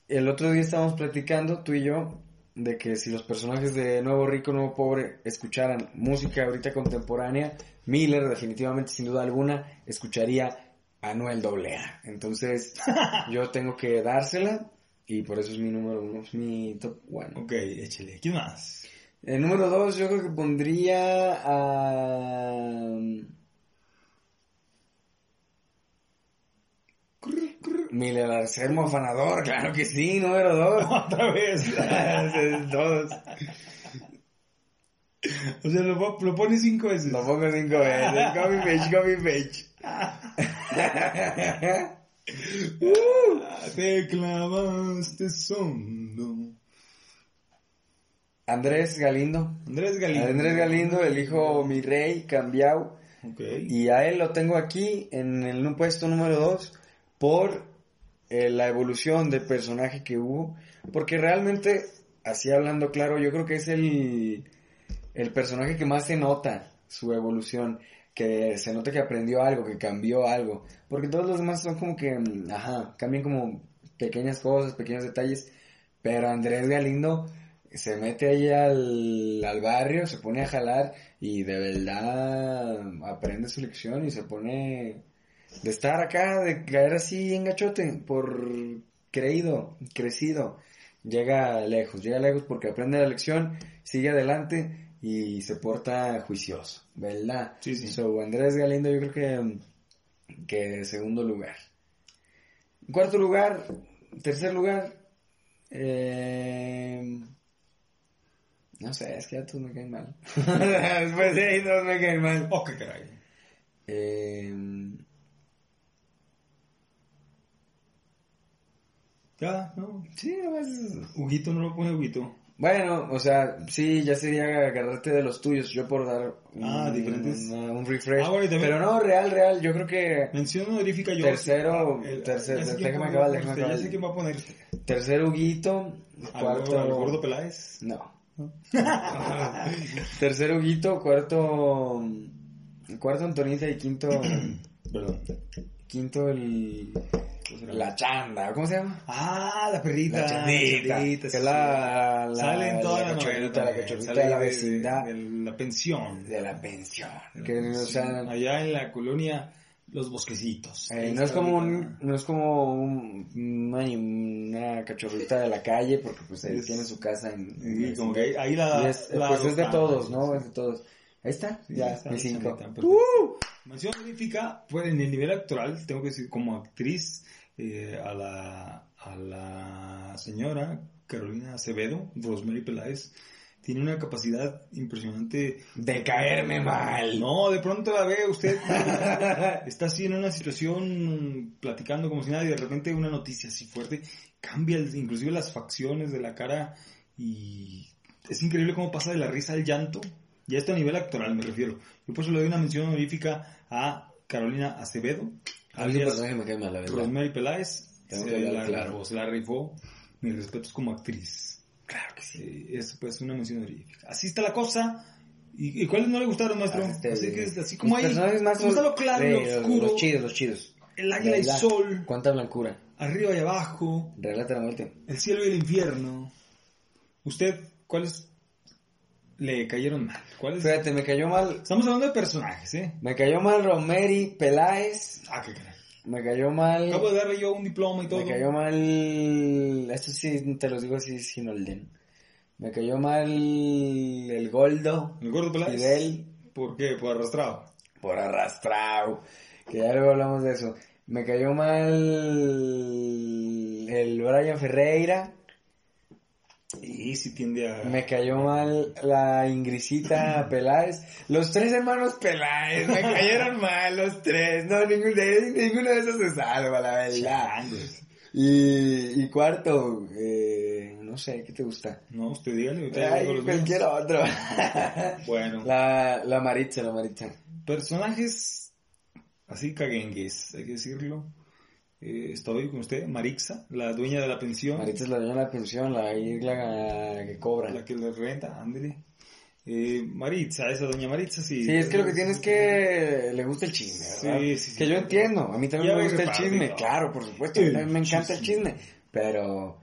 Speaker 1: el otro día estábamos platicando, tú y yo, de que si los personajes de Nuevo Rico, Nuevo Pobre escucharan música ahorita contemporánea, Miller definitivamente, sin duda alguna, escucharía a Noel Doblea.
Speaker 2: <laughs>
Speaker 1: Entonces, yo tengo que dársela y por eso es mi número uno, es mi top one.
Speaker 2: Ok, échale. ¿Quién más?
Speaker 1: El número dos yo creo que pondría a... Miguel Anselmo Afanador, claro que sí, número dos.
Speaker 2: <laughs> Otra
Speaker 1: <laughs>
Speaker 2: vez.
Speaker 1: Todos.
Speaker 2: O sea, lo, po- lo pone cinco veces.
Speaker 1: Lo pongo cinco veces. Copy page, copy page.
Speaker 2: Ah,
Speaker 1: ¡Uh!
Speaker 2: Te clavaste sondo.
Speaker 1: Andrés Galindo.
Speaker 2: Andrés Galindo.
Speaker 1: Andrés Galindo, el hijo mi rey, cambiado.
Speaker 2: Ok.
Speaker 1: Y a él lo tengo aquí en el puesto número 2 por eh, la evolución de personaje que hubo. Porque realmente, así hablando claro, yo creo que es el, el personaje que más se nota su evolución. Que se nota que aprendió algo, que cambió algo. Porque todos los demás son como que, mm, ajá, cambian como pequeñas cosas, pequeños detalles. Pero Andrés Galindo se mete ahí al, al barrio, se pone a jalar y de verdad aprende su lección y se pone de estar acá, de caer así en gachote por creído, crecido. Llega lejos, llega lejos porque aprende la lección, sigue adelante y se porta juicioso, ¿verdad?
Speaker 2: Sí, sí.
Speaker 1: So, Andrés Galindo yo creo que, mm, que segundo lugar. Cuarto lugar, tercer lugar, eh, no sé, es que ya todos me caen mal. <laughs> Después de ahí todos me caen mal.
Speaker 2: Oh, qué caray.
Speaker 1: Eh,
Speaker 2: Ya, no.
Speaker 1: sí, pues,
Speaker 2: Huguito no lo pone Huguito.
Speaker 1: Bueno, o sea, sí, ya sería agarrarte de los tuyos. Yo por dar un,
Speaker 2: Ah, diferentes.
Speaker 1: una- un refresh.
Speaker 2: Ah, bueno, y también-
Speaker 1: Pero no, real, real. Yo creo que
Speaker 2: Mención honorífica yo.
Speaker 1: Tercero, tercero,
Speaker 2: ya sé quién
Speaker 1: déjame
Speaker 2: pone-
Speaker 1: acabar, déjame
Speaker 2: Ya
Speaker 1: acabar.
Speaker 2: sé quién va a poner.
Speaker 1: tercer Huguito,
Speaker 2: Al gordo- al gordo
Speaker 1: cuarto.
Speaker 2: Peláez.
Speaker 1: <laughs> No. tercer Huguito, cuarto. Cuarto Antonita y <clears throat> quinto.
Speaker 2: Perdón.
Speaker 1: quinto el. La chanda, ¿cómo se llama?
Speaker 2: Ah, la perrita.
Speaker 1: La chatita,
Speaker 2: chatita,
Speaker 1: que
Speaker 2: sí.
Speaker 1: la, la,
Speaker 2: Sale en toda
Speaker 1: la
Speaker 2: la novela.
Speaker 1: cachorrita, la
Speaker 2: también,
Speaker 1: cachorrita
Speaker 2: sale
Speaker 1: de la
Speaker 2: de-
Speaker 1: vecindad
Speaker 2: de
Speaker 1: de,
Speaker 2: la pensión.
Speaker 1: la pensión. Que, o sea,
Speaker 2: Allá en la colonia Los Bosquecitos.
Speaker 1: eh,
Speaker 2: Ahí
Speaker 1: no es
Speaker 2: está
Speaker 1: como
Speaker 2: ahorita.
Speaker 1: un, no es como un- un anim- una cachorrita de la calle porque pues él
Speaker 2: Es-
Speaker 1: tiene su casa en, en
Speaker 2: Sí,
Speaker 1: la
Speaker 2: como que
Speaker 1: vecindad.
Speaker 2: ahí, ahí la,
Speaker 1: Y es, eh,
Speaker 2: la
Speaker 1: pues es de
Speaker 2: adoptaron.
Speaker 1: todos, ¿no? Es de todos. Ahí está,
Speaker 2: Sí,
Speaker 1: ya,
Speaker 2: está pues,
Speaker 1: mi
Speaker 2: la
Speaker 1: cinco.
Speaker 2: chamita, perfecto.
Speaker 1: ¡Uh!
Speaker 2: Mención honorífica, pues en el nivel actual, tengo que decir, como actriz, eh, a, la, a la señora Carolina Acevedo, Rosemary Peláez, tiene una capacidad impresionante.
Speaker 1: De caerme mal.
Speaker 2: No, de pronto la ve usted, <laughs> está así en una situación, platicando como si nada, y de repente una noticia así fuerte, cambia el- inclusive las facciones de la cara, y es increíble cómo pasa de la risa al llanto. Ya esto a este nivel actoral me refiero. Yo por eso le doy una mención honorífica a Carolina Acevedo,
Speaker 1: A mí ese
Speaker 2: alias
Speaker 1: personaje me cae mal, la verdad.
Speaker 2: Rosemary Peláez,
Speaker 1: Tengo
Speaker 2: se
Speaker 1: que hablar
Speaker 2: la,
Speaker 1: claro.
Speaker 2: rifó, se la rifó. Mis respetos como actriz. Claro que sí. eso pues una mención honorífica. Así está la cosa. ¿Y, y cuáles no le gustaron, maestro?
Speaker 1: Ah, este,
Speaker 2: así que es así como
Speaker 1: los
Speaker 2: hay.
Speaker 1: personajes más
Speaker 2: como está lo claro,
Speaker 1: sí,
Speaker 2: lo
Speaker 1: los-
Speaker 2: oscuro,
Speaker 1: Los chidos, los chidos.
Speaker 2: el águila y
Speaker 1: Verdad.
Speaker 2: sol,
Speaker 1: Cuánta blancura.
Speaker 2: arriba y abajo,
Speaker 1: Relata la muerte.
Speaker 2: el cielo y el infierno. ¿Usted cuáles le cayeron mal? ¿Cuáles?
Speaker 1: Fíjate, me cayó mal.
Speaker 2: Estamos hablando de personajes, ¿eh?
Speaker 1: Me cayó mal Romeri Peláez.
Speaker 2: Ah, qué caray.
Speaker 1: Me cayó mal.
Speaker 2: Acabo de darle yo un diploma y todo.
Speaker 1: Me cayó mal. Esto sí te los digo así sin orden. Me cayó mal el Goldo.
Speaker 2: El gordo Peláez.
Speaker 1: Fidel.
Speaker 2: ¿Por qué? Por arrastrado.
Speaker 1: Por arrastrado. Que ya luego hablamos de eso. Me cayó mal el Brian Ferreira.
Speaker 2: Y si tiende a...
Speaker 1: Me cayó mal la Ingrisita Peláez. Los tres hermanos Peláez me cayeron mal, los tres. No, ninguno de, ninguno de esos se salva, la verdad.
Speaker 2: Changos.
Speaker 1: Y, y cuarto, eh, no sé, ¿qué te gusta?
Speaker 2: No, usted dígale. ahorita yo
Speaker 1: Ay,
Speaker 2: digo los
Speaker 1: cualquier
Speaker 2: míos.
Speaker 1: otro. <laughs>
Speaker 2: <laughs> Bueno,
Speaker 1: la, la Maritza, la Maritza.
Speaker 2: personajes así caguengues, hay que decirlo. Eh, estoy con usted, Marixa, la dueña de la pensión,
Speaker 1: Maritza es la dueña de la pensión, la isla que cobra.
Speaker 2: la que le renta, ándele. Eh, Maritza, esa doña Maritza, sí.
Speaker 1: Sí, es que lo que tiene es que le gusta el chisme, ¿verdad?
Speaker 2: Sí, sí, sí.
Speaker 1: Que yo entiendo, a mí también
Speaker 2: Ya
Speaker 1: me
Speaker 2: ve
Speaker 1: gusta el
Speaker 2: reparte,
Speaker 1: chisme,
Speaker 2: ¿no?
Speaker 1: claro, por supuesto, a mí
Speaker 2: El
Speaker 1: también me encanta el chisme, pero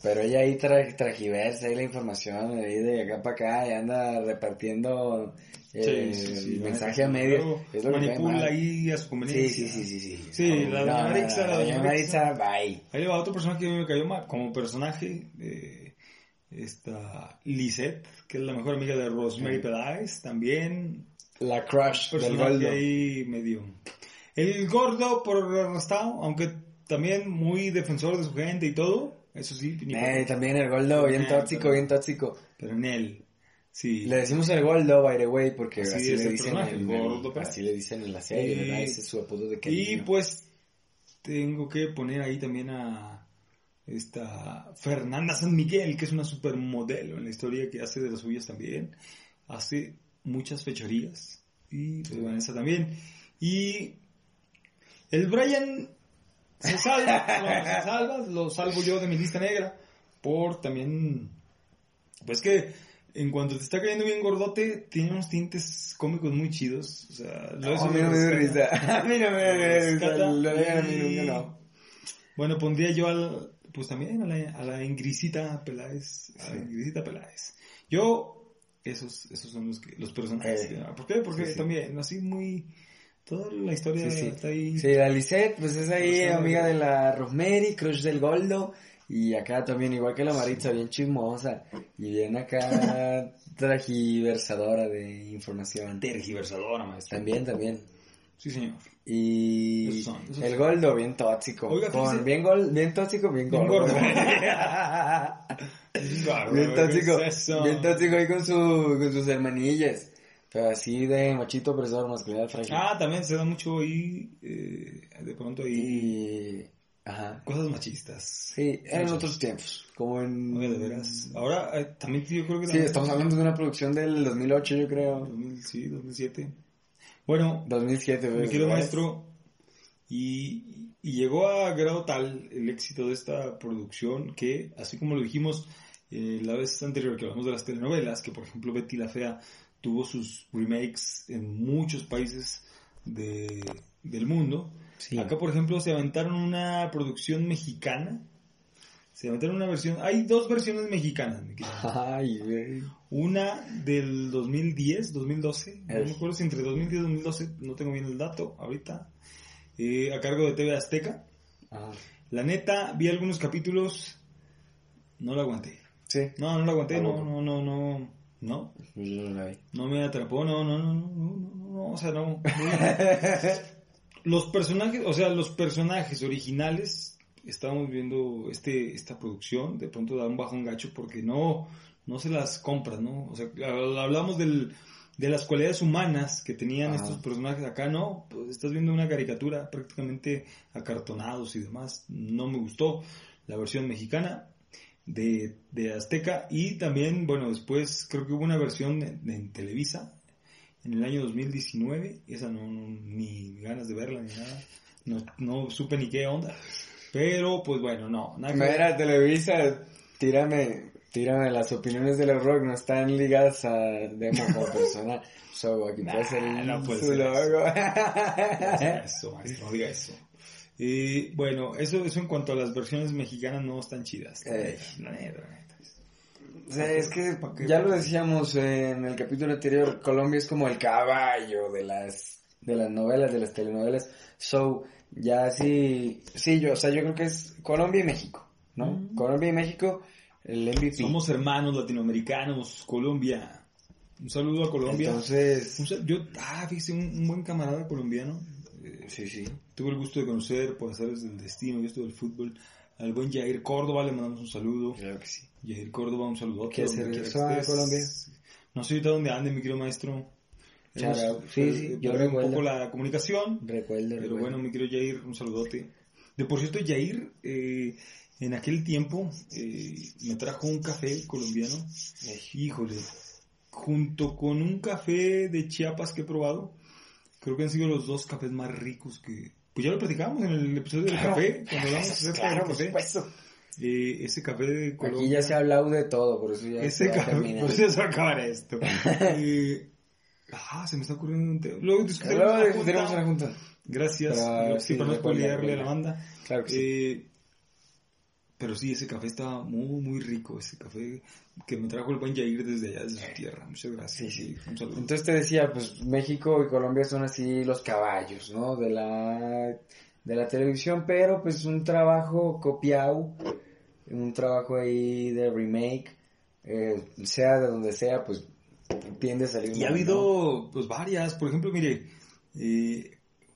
Speaker 1: pero ella ahí tra- tragiversa ahí la información, ahí de acá para acá, y anda repartiendo eh,
Speaker 2: Sí, sí, sí,
Speaker 1: mensaje a
Speaker 2: la-
Speaker 1: medios.
Speaker 2: luego
Speaker 1: Es lo que me cae mal.
Speaker 2: Manipula ahí a su
Speaker 1: Sí,
Speaker 2: conveniencia.
Speaker 1: sí, sí, sí. Sí,
Speaker 2: Sí, la doña Maritza, la doña
Speaker 1: Maritza, bye.
Speaker 2: Ahí le va otro personaje que a mí me cayó mal. Como personaje, eh, está Lisette, que es la mejor amiga de Rosemary
Speaker 1: Sí.
Speaker 2: Peláez, también.
Speaker 1: La crush del
Speaker 2: Personaje
Speaker 1: Goldo.
Speaker 2: ahí medio. El gordo por arrastrado, aunque también muy defensor de su gente y todo. Eso sí. ni
Speaker 1: Eh,
Speaker 2: pedo.
Speaker 1: también el Goldo, bien
Speaker 2: Eh,
Speaker 1: tóxico,
Speaker 2: pero-
Speaker 1: bien tóxico.
Speaker 2: Pero en él. Sí.
Speaker 1: Le decimos el Goldo, by the way, porque
Speaker 2: Así
Speaker 1: así,
Speaker 2: es
Speaker 1: le
Speaker 2: el
Speaker 1: dicen
Speaker 2: personaje,
Speaker 1: en
Speaker 2: el Gordo, pero-
Speaker 1: así le dicen en la serie,
Speaker 2: Y-
Speaker 1: ¿verdad? Ese es su apodo de
Speaker 2: Y
Speaker 1: cariño.
Speaker 2: pues tengo que poner ahí también a esta Fernanda San Miguel, que es una supermodelo en la historia que hace de las suyas también. Hace muchas fechorías. Y pues Vanessa también. Y el Brian se salva, no, se salva, lo salvo yo de mi lista negra. Por también. Pues que en cuanto te está cayendo bien gordote, tiene unos tintes cómicos muy chidos. O sea,
Speaker 1: No,
Speaker 2: lo- eso
Speaker 1: a mí
Speaker 2: lo
Speaker 1: no Ah, me dio
Speaker 2: rescata.
Speaker 1: <laughs> risa. A mí no me dio risa.
Speaker 2: Rescata.
Speaker 1: Lo de a mí nunca
Speaker 2: Y-
Speaker 1: no.
Speaker 2: Bueno, pondría yo al, pues también a la, a la Ingrisita Peláez. A la Ingrisita Peláez. Yo, esos, esos son los, que, los personajes.
Speaker 1: Eh,
Speaker 2: ¿Por qué? Porque
Speaker 1: sí, sí.
Speaker 2: también, así muy. Toda la historia
Speaker 1: Sí, sí.
Speaker 2: está ahí.
Speaker 1: Sí, la Lisette, pues es ahí
Speaker 2: Rosemary.
Speaker 1: amiga de la Rosemary, crush del Goldo. Y acá también, igual que la Maritza, bien chismosa. Y bien acá
Speaker 2: <laughs>
Speaker 1: tragiversadora de información.
Speaker 2: Tergiversadora, maestra.
Speaker 1: También, también.
Speaker 2: Sí, señor.
Speaker 1: Y
Speaker 2: Esos son, esos
Speaker 1: el
Speaker 2: son.
Speaker 1: Goldo, bien tóxico.
Speaker 2: Oiga,
Speaker 1: Con-
Speaker 2: fíjese.
Speaker 1: bien, gol, bien tóxico, <laughs> bien
Speaker 2: Bien
Speaker 1: gordo.
Speaker 2: gordo.
Speaker 1: bien tóxico.
Speaker 2: ¿Qué es eso?
Speaker 1: bien tóxico ahí con, su, con sus hermanillas. Pero así de machito opresor, masculinidad frágil.
Speaker 2: Ah, también se da mucho ahí. eh, de pronto ahí.
Speaker 1: Y... Ajá.
Speaker 2: Cosas machistas.
Speaker 1: Sí, en
Speaker 2: Muchas.
Speaker 1: otros tiempos, como en...
Speaker 2: Oye, de veras. Ahora, eh, también yo creo que.
Speaker 1: Sí,
Speaker 2: también-
Speaker 1: estamos hablando de una producción del 2008, yo creo.
Speaker 2: 2000, sí, 2007. Bueno,
Speaker 1: 2007,
Speaker 2: mi
Speaker 1: güey.
Speaker 2: querido maestro, y, y llegó a grado tal el éxito de esta producción que, así como lo dijimos eh, la vez anterior que hablamos de las telenovelas, que por ejemplo Betty la Fea tuvo sus remakes en muchos países de- del mundo,
Speaker 1: Sí.
Speaker 2: acá por ejemplo se aventaron una producción mexicana, se aventaron una versión, hay dos versiones mexicanas, mi querido
Speaker 1: <laughs> Ay, güey.
Speaker 2: una del 2010, 2012. No
Speaker 1: Es.
Speaker 2: me acuerdo si entre 2010 y 2012, no tengo bien el dato ahorita. eh, a cargo de TV Azteca.
Speaker 1: Ah,
Speaker 2: La neta, vi algunos capítulos. No la aguanté.
Speaker 1: sí.
Speaker 2: No, no la aguanté. No,
Speaker 1: Tampoco.
Speaker 2: no, no, no. No,
Speaker 1: Yo no la vi.
Speaker 2: no me atrapó. No, no, no, no, no, no, no, O sea, no. los personajes, o sea, los personajes originales, estábamos viendo este, esta producción, de pronto da un bajón gacho porque no, no se las compras, ¿no? O sea, hablamos del, de las cualidades humanas que tenían
Speaker 1: Ajá.
Speaker 2: estos personajes, acá no, pues, estás viendo una caricatura prácticamente acartonados y demás, no me gustó la versión mexicana. De, de Azteca y también, bueno, después creo que hubo una versión en- en Televisa, en el año 2019. Esa no, no- ni ganas de verla ni nada. No, no supe ni qué onda. Pero pues bueno, no. Nada
Speaker 1: <laughs>
Speaker 2: que ver.
Speaker 1: Mira, Televisa, tírame, tírame. Las opiniones de los rock no están ligadas a Demo
Speaker 2: <laughs>
Speaker 1: como persona. So, aquí puede
Speaker 2: Nah,
Speaker 1: ser
Speaker 2: no puede
Speaker 1: su
Speaker 2: ser <laughs>
Speaker 1: logo.
Speaker 2: No diga eso, maestro, no diga eso. Y bueno, eso, eso en cuanto a las versiones mexicanas no están chidas.
Speaker 1: Eh.
Speaker 2: La neta, la neta.
Speaker 1: O sea, es que
Speaker 2: ¿Pa' qué?
Speaker 1: ya lo decíamos en el capítulo anterior, Colombia es como el caballo de las de las novelas, de las telenovelas. So, ya sí, sí, yo, o sea, yo creo que es Colombia y México, ¿no?
Speaker 2: Mm.
Speaker 1: Colombia y México, el MVP.
Speaker 2: Somos hermanos latinoamericanos, Colombia. Un saludo a Colombia. Un
Speaker 1: Entonces,
Speaker 2: sal- yo, ah, fíjese, un, un buen camarada colombiano. eh,
Speaker 1: sí, sí.
Speaker 2: Tuve el gusto de conocer por azares del destino y esto del fútbol al buen Jair Córdoba. Le mandamos un saludo.
Speaker 1: Creo que sí.
Speaker 2: Yair Córdoba, un saludo.
Speaker 1: Que se regresó a Colombia.
Speaker 2: No sé ahorita dónde ande, mi querido maestro.
Speaker 1: Shout
Speaker 2: Hemos
Speaker 1: out. Sí, sí, yo
Speaker 2: perdido un
Speaker 1: recuerdo.
Speaker 2: poco la comunicación,
Speaker 1: Recuerdo,
Speaker 2: pero bueno, mi querido Yair, un saludote. De por cierto, Yair, eh, en aquel tiempo eh, me trajo un café colombiano, híjole, junto con un café de Chiapas que he probado, creo que han sido los dos cafés más ricos que... Pues ya lo platicamos en el episodio del café, cuando hablamos acerca del
Speaker 1: Claro, por
Speaker 2: café.
Speaker 1: supuesto.
Speaker 2: Eh, ese café de Colombia...
Speaker 1: Aquí ya se ha hablado de todo, por eso ya
Speaker 2: Ese
Speaker 1: ya
Speaker 2: cabrón, pues,
Speaker 1: termina.
Speaker 2: por eso se va a
Speaker 1: <laughs>
Speaker 2: acabar esto. Eh, ah, se me está ocurriendo un tema. Luego discutiremos
Speaker 1: Luego
Speaker 2: la junta.
Speaker 1: tenemos una junta.
Speaker 2: Gracias.
Speaker 1: Pero,
Speaker 2: Pero, sí,
Speaker 1: sí,
Speaker 2: para no
Speaker 1: recuerda,
Speaker 2: spoilearle a la
Speaker 1: recuerda.
Speaker 2: banda.
Speaker 1: Claro que sí.
Speaker 2: Eh, pero sí, ese café estaba muy, muy rico. Ese café que me trajo el buen Jair desde allá, desde su tierra. Muchas gracias.
Speaker 1: Sí, sí.
Speaker 2: Jair. Un saludo.
Speaker 1: Entonces te decía, pues México y Colombia son así los caballos, ¿no? De la, de la televisión, pero pues un trabajo copiado, un trabajo ahí de remake, eh, sea de donde sea, pues tiende a salir
Speaker 2: y
Speaker 1: mal, ¿no?
Speaker 2: ha habido pues varias. Por ejemplo, mire, eh,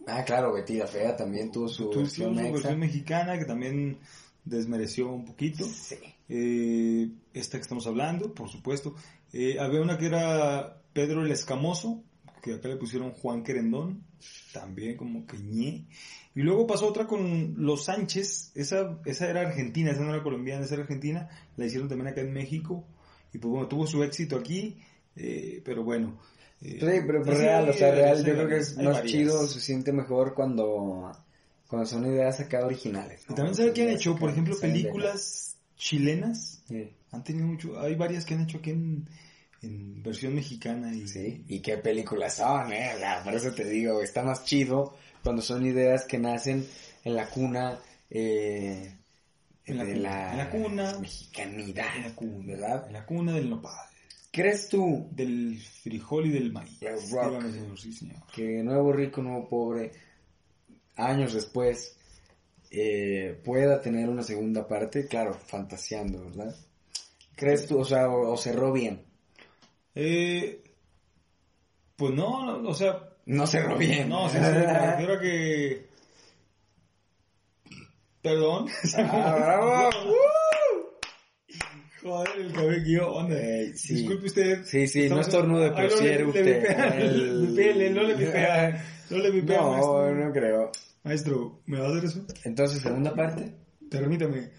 Speaker 1: Ah, claro, Betty la Fea también tuvo su
Speaker 2: Tuvo su
Speaker 1: versión mexa.
Speaker 2: versión mexicana que también desmereció un poquito.
Speaker 1: Sí.
Speaker 2: Eh, esta que estamos hablando, por supuesto. Eh, había una que era Pedro el Escamoso, que acá le pusieron Juan Querendón, también como que ñe. Y luego pasó otra con Los Sánchez, esa, esa era argentina, esa no era colombiana, esa era argentina, la hicieron también acá en México. Y pues bueno, tuvo su éxito aquí, eh, pero bueno. eh,
Speaker 1: Sí, pero, pero
Speaker 2: así
Speaker 1: real, o sea,
Speaker 2: hay-
Speaker 1: real,
Speaker 2: así
Speaker 1: yo
Speaker 2: hay
Speaker 1: creo que
Speaker 2: varias,
Speaker 1: es
Speaker 2: hay
Speaker 1: más
Speaker 2: varias.
Speaker 1: chido, se siente mejor cuando, cuando son ideas acá originales.
Speaker 2: Y
Speaker 1: ¿no?
Speaker 2: También sabe que han
Speaker 1: Ideas
Speaker 2: hecho,
Speaker 1: acá
Speaker 2: por ejemplo,
Speaker 1: que salen de acá.
Speaker 2: películas chilenas.
Speaker 1: Sí.
Speaker 2: Han tenido mucho, hay varias que han hecho aquí en, en versión mexicana y
Speaker 1: Sí, y qué películas son, eh, La- por eso te digo, está más chido cuando son ideas que nacen en la cuna, eh,
Speaker 2: En la
Speaker 1: de
Speaker 2: cuna,
Speaker 1: la,
Speaker 2: en la cuna.
Speaker 1: mexicanidad,
Speaker 2: en la cuna,
Speaker 1: ¿verdad?
Speaker 2: en la cuna del nopal,
Speaker 1: ¿Crees tú
Speaker 2: del frijol y del maíz.
Speaker 1: El rock.
Speaker 2: Dígame, señor, sí, señor.
Speaker 1: que Nuevo Rico, Nuevo Pobre, años después, eh, pueda tener una segunda parte? Claro, fantaseando, ¿verdad? ¿Crees tú, o sea, o, o cerró bien?
Speaker 2: Eh, pues no, no, o sea,
Speaker 1: No cerró bien. <laughs>
Speaker 2: no, sí, sí, me refiero a que...
Speaker 1: <laughs>
Speaker 2: Perdón.
Speaker 1: Ah, bravo.
Speaker 2: Joder, el cabello, onda.
Speaker 1: Eh, sí.
Speaker 2: Disculpe usted.
Speaker 1: Sí, sí,
Speaker 2: Estamos-
Speaker 1: no estornude, pero
Speaker 2: Ay,
Speaker 1: sí
Speaker 2: le-
Speaker 1: era
Speaker 2: <laughs> le
Speaker 1: usted.
Speaker 2: pipea,
Speaker 1: El-
Speaker 2: le pipea, le- no le pipea. No le
Speaker 1: <laughs>
Speaker 2: pipea,
Speaker 1: No,
Speaker 2: maestro.
Speaker 1: no creo.
Speaker 2: Maestro, ¿me va a hacer eso?
Speaker 1: Entonces, segunda parte,
Speaker 2: Permítame.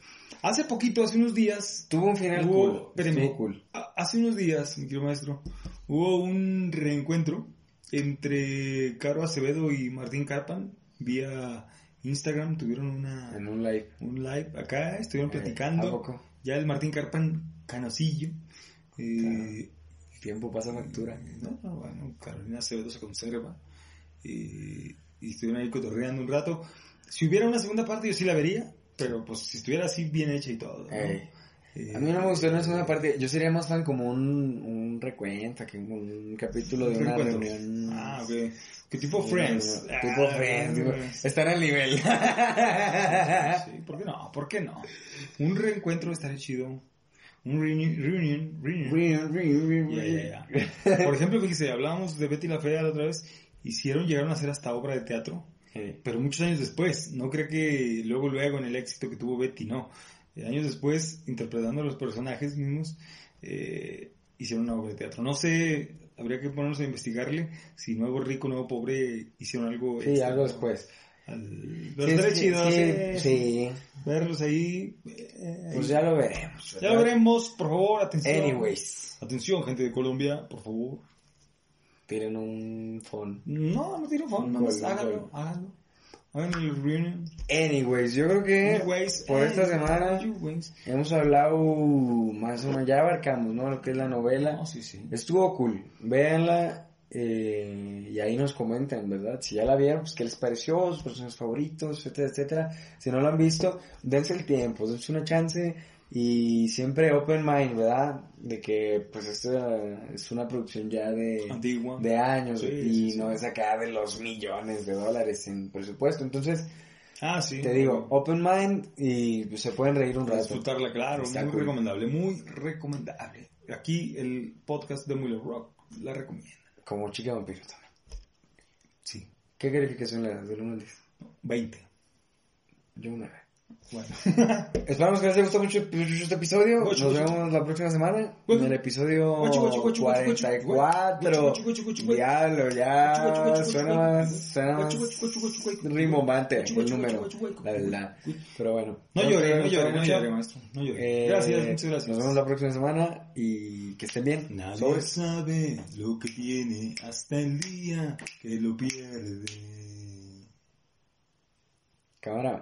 Speaker 2: Hace poquito, hace unos días,
Speaker 1: tuvo un final
Speaker 2: hubo-
Speaker 1: cool.
Speaker 2: espérame.
Speaker 1: Estuvo cool.
Speaker 2: Ha- hace unos días, mi querido maestro, hubo un reencuentro entre Caro Acevedo y Martín Carpan vía Instagram, tuvieron una,
Speaker 1: En un live.
Speaker 2: un live acá, estuvieron
Speaker 1: Eh, ¿a
Speaker 2: platicando.
Speaker 1: poco?
Speaker 2: Ya el Martín Carpan, canosillo. eh,
Speaker 1: El tiempo pasa factura.
Speaker 2: no, no, bueno, Carolina Acevedo se conserva. eh, y estuvieron ahí cotorreando un rato. Si hubiera una segunda parte, yo sí la vería, pero pues si estuviera así bien hecha y todo. ¿no?
Speaker 1: Ey.
Speaker 2: Eh,
Speaker 1: A mí no me gustó una segunda parte. Yo sería más fan como un, un recuento, que un, un capítulo de una
Speaker 2: Reencuentro.
Speaker 1: reunión.
Speaker 2: Ah, ok. Que tipo
Speaker 1: Sí,
Speaker 2: Friends.
Speaker 1: no, no, Tipo
Speaker 2: Ah,
Speaker 1: Friends. tipo-
Speaker 2: Friends.
Speaker 1: Estar al <laughs> nivel.
Speaker 2: Sí, ¿por qué no? ¿Por qué no? Un reencuentro estaría chido. Un reunion. reunion, reunion.
Speaker 1: Reunion, reunion, reunion.
Speaker 2: Ya, ya, ya. Por ejemplo, fíjese, hablábamos de Betty la Fea la otra vez. Hicieron, llegaron a hacer hasta obra de teatro.
Speaker 1: Ey.
Speaker 2: pero muchos años después, no creo que luego, luego en el éxito que tuvo Betty, no. Eh, Años después, interpretando a los personajes mismos, eh, hicieron una obra de teatro. No sé, habría que ponernos a investigarle si Nuevo Rico, Nuevo Pobre hicieron algo.
Speaker 1: Sí,
Speaker 2: extra,
Speaker 1: algo
Speaker 2: ¿no?
Speaker 1: después.
Speaker 2: Al- Pero
Speaker 1: Sí,
Speaker 2: estaría
Speaker 1: sí,
Speaker 2: chido
Speaker 1: sí,
Speaker 2: sí,
Speaker 1: sí.
Speaker 2: eh, verlos ahí. eh,
Speaker 1: Pues ya lo veremos.
Speaker 2: ya
Speaker 1: ¿verdad?
Speaker 2: lo veremos, por favor, atención.
Speaker 1: Anyways,
Speaker 2: Atención, gente de Colombia, por favor.
Speaker 1: tienen un phone.
Speaker 2: No, no tiene favor,
Speaker 1: Un
Speaker 2: nada más
Speaker 1: gol, un
Speaker 2: hágalo,
Speaker 1: gol.
Speaker 2: hágalo. Hagan el reunion.
Speaker 1: Anyways, yo creo que
Speaker 2: Anyways,
Speaker 1: por esta
Speaker 2: anyways,
Speaker 1: semana
Speaker 2: anyways.
Speaker 1: hemos hablado más o menos, ya abarcamos, ¿no? Lo que es la novela.
Speaker 2: No, Oh, sí, sí.
Speaker 1: Estuvo cool, véanla eh, y ahí nos comentan, ¿verdad? Si ya la vieron, pues qué les pareció, sus personajes favoritos, etcétera, etcétera. Si no la han visto, dense el tiempo, dense una chance y siempre open mind, ¿verdad? De que pues esta es una producción ya de...
Speaker 2: Antigua.
Speaker 1: de años
Speaker 2: Sí,
Speaker 1: y
Speaker 2: sí, sí.
Speaker 1: no es acá de los millones de dólares en presupuesto. Entonces,
Speaker 2: ah, sí.
Speaker 1: te digo, open mind y pues, se pueden reír un
Speaker 2: Para
Speaker 1: rato.
Speaker 2: disfrutarla, claro.
Speaker 1: Está
Speaker 2: muy
Speaker 1: cool.
Speaker 2: recomendable, muy recomendable. Aquí el podcast de Miller Rock la recomienda.
Speaker 1: Como chica vampiro también.
Speaker 2: Sí.
Speaker 1: ¿Qué calificación le das del 1 al 10?
Speaker 2: 20.
Speaker 1: Yo una vez. <laughs>
Speaker 2: Bueno.
Speaker 1: Esperamos que les haya gustado mucho, mucho este episodio.
Speaker 2: Ocho,
Speaker 1: Nos
Speaker 2: ocho.
Speaker 1: vemos la próxima semana
Speaker 2: Ocho.
Speaker 1: en el episodio
Speaker 2: Ocho, ocho, ocho, ocho, ocho, ocho.
Speaker 1: 44.
Speaker 2: Ocho, ocho, ocho, ocho.
Speaker 1: Diablo, ya Ah, suena más, suena más rimbombante el número, la verdad. Pero bueno.
Speaker 2: No
Speaker 1: Nos
Speaker 2: llore, no
Speaker 1: vemos
Speaker 2: llore, no
Speaker 1: mucho.
Speaker 2: llore, maestro. No llore.
Speaker 1: Eh,
Speaker 2: gracias, muchas gracias.
Speaker 1: Nos vemos la próxima semana y que estén bien.
Speaker 2: Nadie
Speaker 1: Sobres.
Speaker 2: sabe lo que tiene hasta el día que lo pierde.
Speaker 1: Cámara.